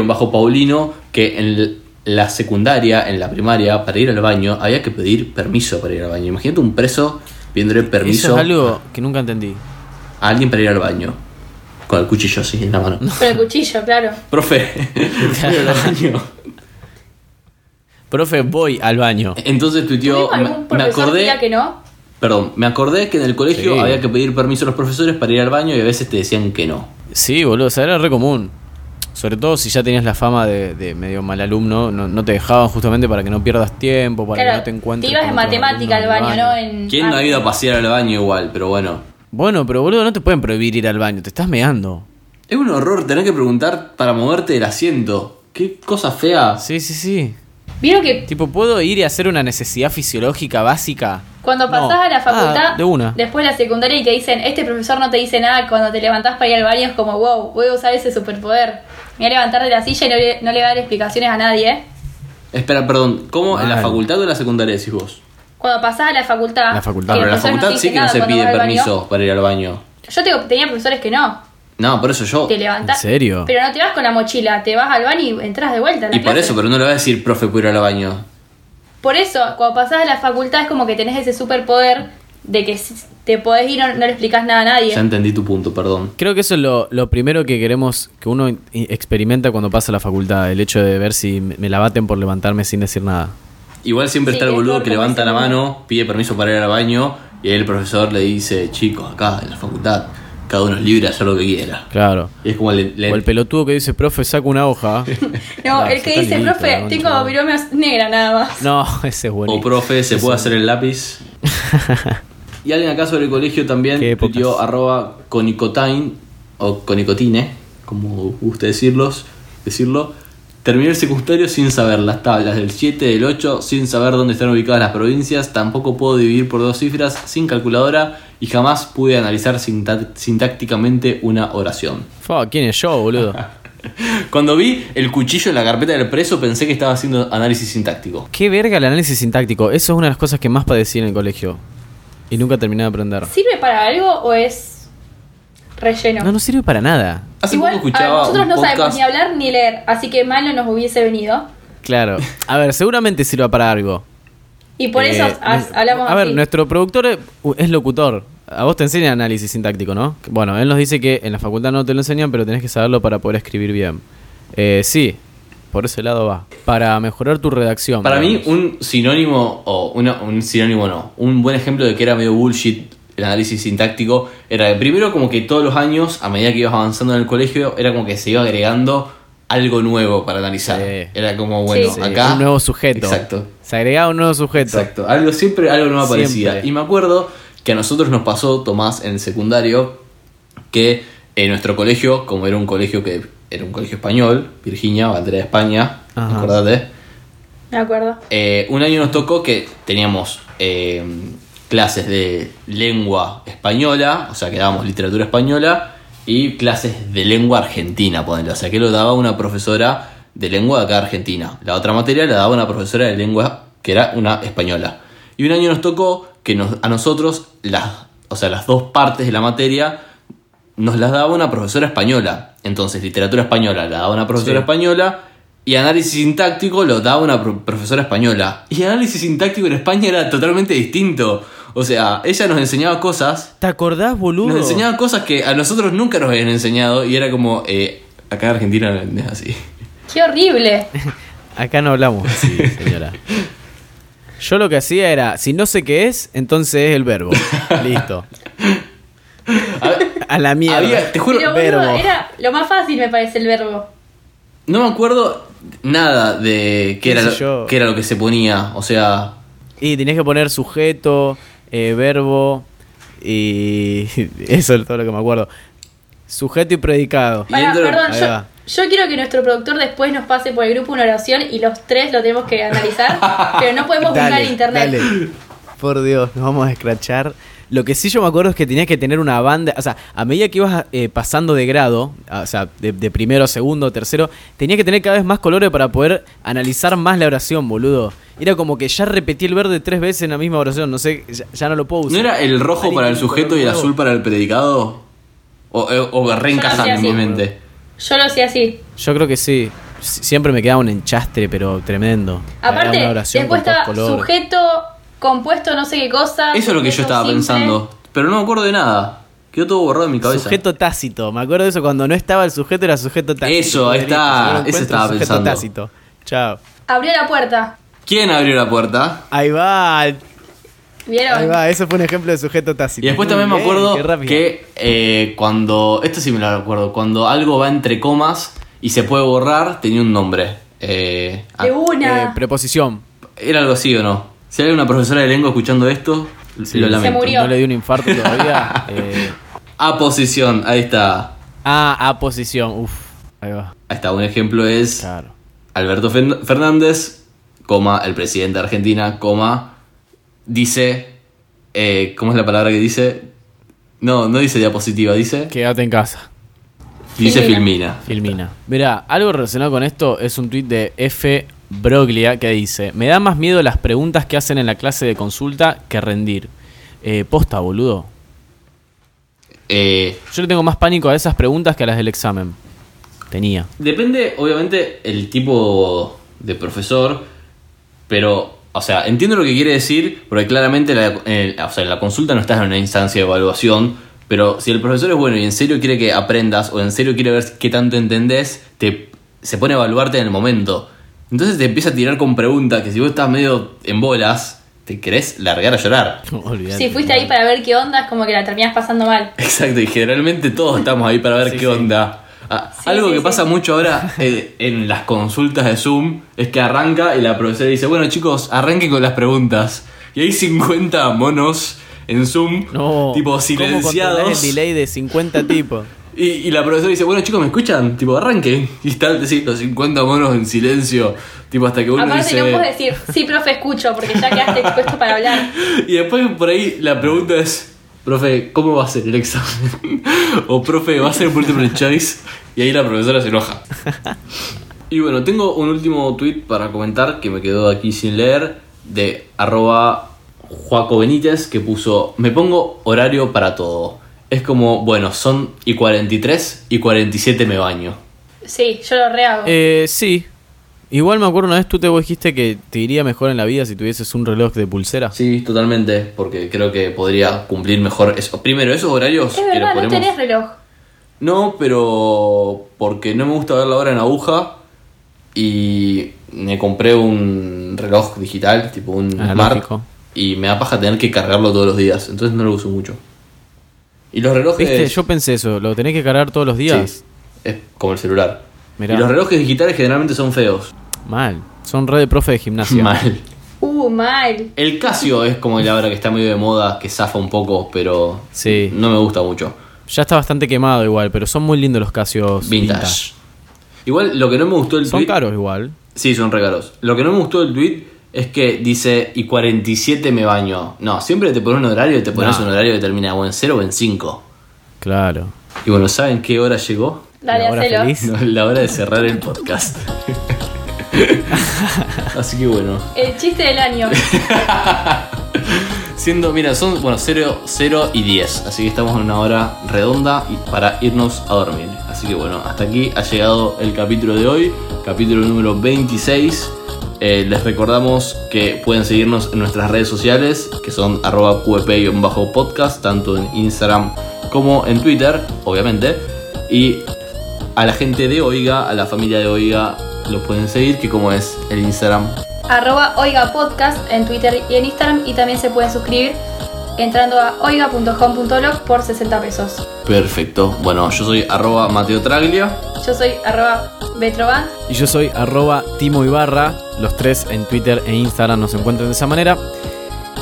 bajo paulino que en l- la secundaria, en la primaria, para ir al baño, había que pedir permiso para ir al baño. Imagínate un preso pidiéndole permiso Eso es algo que nunca entendí. a alguien para ir al baño. Con el cuchillo así en la mano. Pero el cuchillo, claro. Profe, voy al baño. Profe, voy al baño. Entonces tuiteó, ¿Tuvimos algún me, me profesor que diga acordé, que no? perdón, me acordé que en el colegio Sí. había que pedir permiso a los profesores para ir al baño y a veces te decían que no. Sí, boludo, o sea, era re común. Sobre todo si ya tenías la fama de, de medio mal alumno, no, no te dejaban justamente para que no pierdas tiempo, para que Claro, no te encuentres. te ibas con en otros matemática al alumnos en baño, el ¿no? En ah, ¿Quién no ha arte. ido a pasear al baño igual? Pero bueno. Bueno, pero boludo, no te pueden prohibir ir al baño, te estás meando. Es un horror tener que preguntar para moverte del asiento. Qué cosa fea. Sí, sí, sí. Vieron que Tipo, ¿puedo ir y hacer una necesidad fisiológica básica? cuando No. pasás a la Ah, facultad, de una. después de la secundaria y te dicen, este profesor no te dice nada cuando te levantás para ir al baño, es como, wow, voy a usar ese superpoder. Me voy a levantar de la silla y no, le- no le voy a dar explicaciones a nadie. ¿eh? Espera, perdón, ¿cómo? ¿En la Mal. facultad o en la secundaria decís vos? Cuando pasás a la facultad. La facultad. Ah, Sí, que pero en la los profesores facultad te sí dicen que no nada se cuando pide vas al baño. permiso para ir al baño. Yo tengo- tenía profesores que no. No, por eso yo... Te levantás. ¿En serio? Pero no te vas con la mochila, te vas al baño y entras de vuelta. a la Y por clase. eso, pero no le voy a decir, profe, puedo ir al baño. Por eso, cuando pasás a la facultad es como que tenés ese superpoder de que si te podés ir, no, no le explicás nada a nadie. Ya entendí tu punto, perdón. Creo que eso es lo, lo primero que queremos que uno in- experimenta cuando pasa a la facultad, el hecho de ver si me me la baten por levantarme sin decir nada. Igual siempre Sí, está el es boludo peor que como levanta ese la boludo. mano, pide permiso para ir al baño y ahí el profesor le dice, chicos, acá en la facultad, cada uno es libre de hacer lo que quiera. Claro. Y es como el, O el pelotudo que dice, profe, saca una hoja. No, Claro, el que Ah, está dice, lindo, la profe, concha, tengo ¿no? virome negra nada más. No, ese es bueno. O profe, ¿se puede hacer el lápiz? y alguien acá sobre el colegio Qué también épocas. pidió arroba conicotain o conicotine, como guste decirlos, decirlo. Terminé el secundario sin saber las tablas del 7, del 8, sin saber dónde están ubicadas las provincias, tampoco puedo dividir por dos cifras sin calculadora y jamás pude analizar sintac- sintácticamente una oración. Fa, ¿quién es yo, boludo? Cuando vi el cuchillo en la carpeta del preso pensé que estaba haciendo análisis sintáctico. Qué verga el análisis sintáctico. Eso es una de las cosas que más padecí en el colegio. Y nunca terminé de aprender. ¿Sirve para algo o es relleno? No, no sirve para nada. Hace Igual, poco a ver, escuchaba nosotros un no sabemos podcast- ni hablar ni leer, así que mal no nos hubiese venido. Claro. A ver, seguramente sirva para algo. Y por eso Eh, as- nues- hablamos A ver, así. nuestro productor es, u- es locutor. A vos te enseñan análisis sintáctico, ¿no? Bueno, él nos dice que en la facultad no te lo enseñan, pero tenés que saberlo para poder escribir bien. Eh, sí, por ese lado va. Para mejorar tu redacción. Para mí, digamos. un sinónimo, o una- un sinónimo no, un buen ejemplo de que era medio bullshit el análisis sintáctico, era que primero como que todos los años, a medida que ibas avanzando en el colegio, era como que se iba agregando algo nuevo para analizar. Sí. Era como, bueno, Sí. Sí, acá... un nuevo sujeto. Exacto. Se agregaba un nuevo sujeto. Exacto. Algo siempre, algo no aparecía. Siempre. Y me acuerdo que a nosotros nos pasó, Tomás, en el secundario, que en nuestro colegio, como era un colegio que era un colegio español, Virginia, bandera de España, Ajá. acordate, Me acuerdo. eh, un año nos tocó que teníamos eh, clases de lengua española, o sea que dábamos literatura española, y clases de lengua argentina, ponele. O sea que lo daba una profesora de lengua de acá de argentina. La otra materia la daba una profesora de lengua que era una española. Y un año nos tocó que nos- a nosotros, las, o sea, las dos partes de la materia nos las daba una profesora española. Entonces, literatura española la daba una profesora Sí. española y análisis sintáctico lo daba una pro- profesora española. Y análisis sintáctico en España era totalmente distinto. O sea, ella nos enseñaba cosas, ¿Te acordás, boludo? nos enseñaba cosas que a nosotros nunca nos habían enseñado y era como, eh, acá en Argentina no es así. ¡Qué horrible! Acá no hablamos así, señora. Yo lo que hacía era, si no sé qué es, entonces es el verbo. Listo. A la mierda. Había- te juro, Pero boludo, era lo más fácil, me parece, el verbo. no me acuerdo nada de qué ¿Qué era, sé lo- yo? qué era lo que se ponía. O sea, Y tenías que poner sujeto, eh, verbo y eso es todo lo que me acuerdo. Sujeto y predicado. Y Pará, entro- perdón, ahí yo, va. yo quiero que nuestro productor después nos pase por el grupo una oración y los tres lo tenemos que analizar, pero no podemos buscar en internet. dale. Por Dios, nos vamos a escrachar. Lo que sí yo me acuerdo es que tenías que tener una banda, o sea, a medida que ibas eh, pasando de grado, a- o sea, de, de primero, segundo, tercero, tenías que tener cada vez más colores para poder analizar más la oración, boludo. Era como que ya repetí el verde tres veces en la misma oración, no sé, ya, ya no lo puedo usar. ¿No era el rojo Ahí para el tiene un sujeto color y el nuevo. azul para el predicado? O, eh, o, o reencajando Yo no sé en mi así. mente. Yo lo hacía así. Yo creo que sí. Sie- Siempre me quedaba un enchastre, pero tremendo. Era Aparte, una oración después con todos está colores. sujeto, compuesto, no sé qué cosa. Eso es lo que yo sujeto estaba simple. pensando. Pero no me acuerdo de nada. Quedó todo borrado en mi cabeza. Sujeto tácito. Me acuerdo de eso cuando no estaba el sujeto, era sujeto tácito. Eso, ahí está. Yo lo Eso encuentro, estaba sujeto pensando. tácito. Chao. Abrió la puerta. ¿Quién abrió la puerta? Ahí va. Ahí ¿Vieron? va. Eso fue un ejemplo de sujeto tácito. Y después también me Muy bien, acuerdo qué rápido. que eh, cuando. Esto sí me lo recuerdo. Cuando algo va entre comas y se puede borrar, tenía un nombre. Eh, ah, De Eh, una. preposición. ¿Era algo así o no? Si hay una profesora de lengua escuchando esto, lo lamento. murió. Eh, No le dio un infarto todavía. Eh, Aposición, ahí está. ah, a posición. Uf. Ahí va. Ahí está, un ejemplo es. Claro. Alberto Fen- Fernández, coma, el presidente de Argentina, coma, dice, eh, ¿cómo es la palabra que dice? No, no dice diapositiva, dice, Quédate en casa. dice Filmina. Filmina. Filmina. Mirá, algo relacionado con esto es un tuit de F. Broglia que dice: Me da más miedo las preguntas que hacen en la clase de consulta que rendir. Eh, posta, boludo. Eh, Yo le tengo más pánico a esas preguntas que a las del examen. Tenía. depende, obviamente, el tipo de profesor, pero O sea, entiendo lo que quiere decir, porque claramente la, eh, o sea, la consulta no estás en una instancia de evaluación, pero si el profesor es bueno y en serio quiere que aprendas o en serio quiere ver qué tanto entendés, te, se pone a evaluarte en el momento. Entonces te empieza a tirar con preguntas que si vos estás medio en bolas, te querés largar a llorar. Olvídate. Si fuiste ahí para ver qué onda, es como que la terminás pasando mal. Exacto, y generalmente todos estamos ahí para ver Sí, qué sí. onda. Ah, Sí, algo sí, que sí. pasa mucho ahora eh, en las consultas de Zoom es que arranca y la profesora dice, bueno chicos, arranquen con las preguntas. Y hay 50 monos en Zoom, No. tipo ¿Cómo controlar el silenciados. delay de 50 tipos? Y, y la profesora dice, bueno chicos, ¿me escuchan? Tipo, arranquen. Y están sí, los 50 monos en silencio, tipo hasta que uno Aparte dice... no puedes decir, sí, profe, escucho, porque ya quedaste expuesto para hablar. Y después por ahí la pregunta es, profe, ¿cómo va a ser el examen? o profe, ¿va a ser multiple choice? Y ahí la profesora se enoja. Y bueno, tengo un último tweet para comentar que me quedó aquí sin leer de arroba Joaco Benítez que puso, me pongo horario para todo. Es como, bueno, son y 43 y 47 me baño. Sí, yo lo rehago. Eh, sí. Igual me acuerdo una vez tú te vos dijiste que te iría mejor en la vida si tuvieses un reloj de pulsera. Sí, totalmente, porque creo que podría cumplir mejor eso. Primero, esos horarios es que los verdad, no ponemos- tenés reloj. No, pero porque no me gusta ver la hora en aguja y me compré un reloj digital, tipo un Analógico. smart, y me da paja tener que cargarlo todos los días, entonces no lo uso mucho. Y los relojes ¿Viste? Yo pensé eso, lo tenés que cargar todos los eh, Sí, días. es como el celular. Mirá. Y los relojes digitales generalmente son feos. Mal. Son re de profe de gimnasia. Mal. Uh, mal. El Casio es como el ahora que está medio de moda, que zafa un poco, pero Sí. no me gusta mucho. Ya está bastante quemado igual, pero son muy lindos los Casios Vintage. Igual lo que no me gustó el Son tweet- caros igual. Sí, son regalos. Lo que no me gustó del tweet es que dice y 47 me baño. No, siempre te pones un horario y te pones No. un horario que termina o en 0 o en 5. Claro. Y bueno, ¿saben qué hora llegó? Dale, La hora hacelo. feliz. La hora de cerrar el podcast. Así que bueno. El chiste del año. Siendo, mira, son bueno, 0, 0 y 10. Así que estamos en una hora redonda y para irnos a dormir. Así que bueno, hasta aquí ha llegado el capítulo de hoy, capítulo número 26. Eh, les recordamos que pueden seguirnos en nuestras redes sociales, que son arroba qp-podcast, tanto en Instagram como en Twitter, obviamente. Y a la gente de Oiga, a la familia de Oiga, los pueden seguir, que como es el Instagram arroba Oiga Podcast en Twitter y en Instagram y también se pueden suscribir entrando a oiga.com.blog por 60 pesos. Perfecto. Bueno, yo soy arroba Mateo Traglia. Yo soy arroba Betroban. Y yo soy arroba Timo Ibarra. Los tres en Twitter e Instagram nos encuentran de esa manera.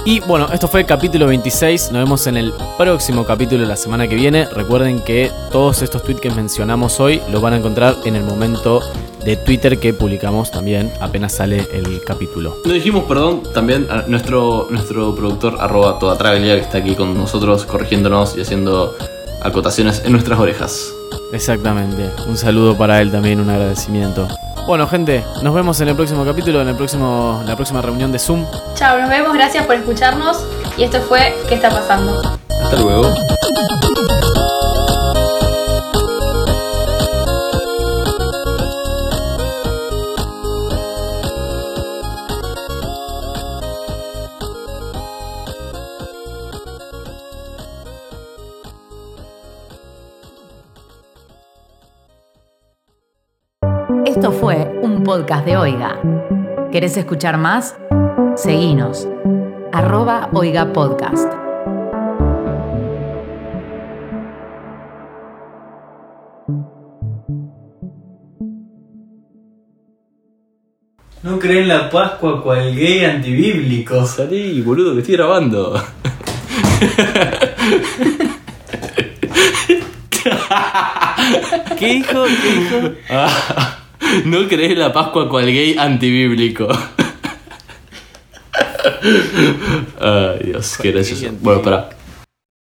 Y bueno, esto fue el capítulo 26. Nos vemos en el próximo capítulo de la semana que viene. Recuerden que todos estos tweets que mencionamos hoy los van a encontrar en el momento de Twitter que publicamos también apenas sale el capítulo. No dijimos, perdón, también a nuestro, nuestro productor arroba Toda Traglia, que está aquí con nosotros corrigiéndonos y haciendo acotaciones en nuestras orejas. Exactamente. Un saludo para él también, un agradecimiento. Bueno, gente, nos vemos en el próximo capítulo, en el próximo, la próxima reunión de Zoom. Chao, nos vemos, gracias por escucharnos y esto fue ¿Qué está pasando? Hasta luego. Esto fue un podcast de Oiga. ¿Querés escuchar más? Seguinos. Arroba Oiga Podcast. No creen la Pascua cual gay antibíblico. Salí, boludo, que estoy grabando. ¿Qué hijo? No crees la Pascua cual gay antibíblico. Ay, Dios, qué gracioso. Bueno, pará.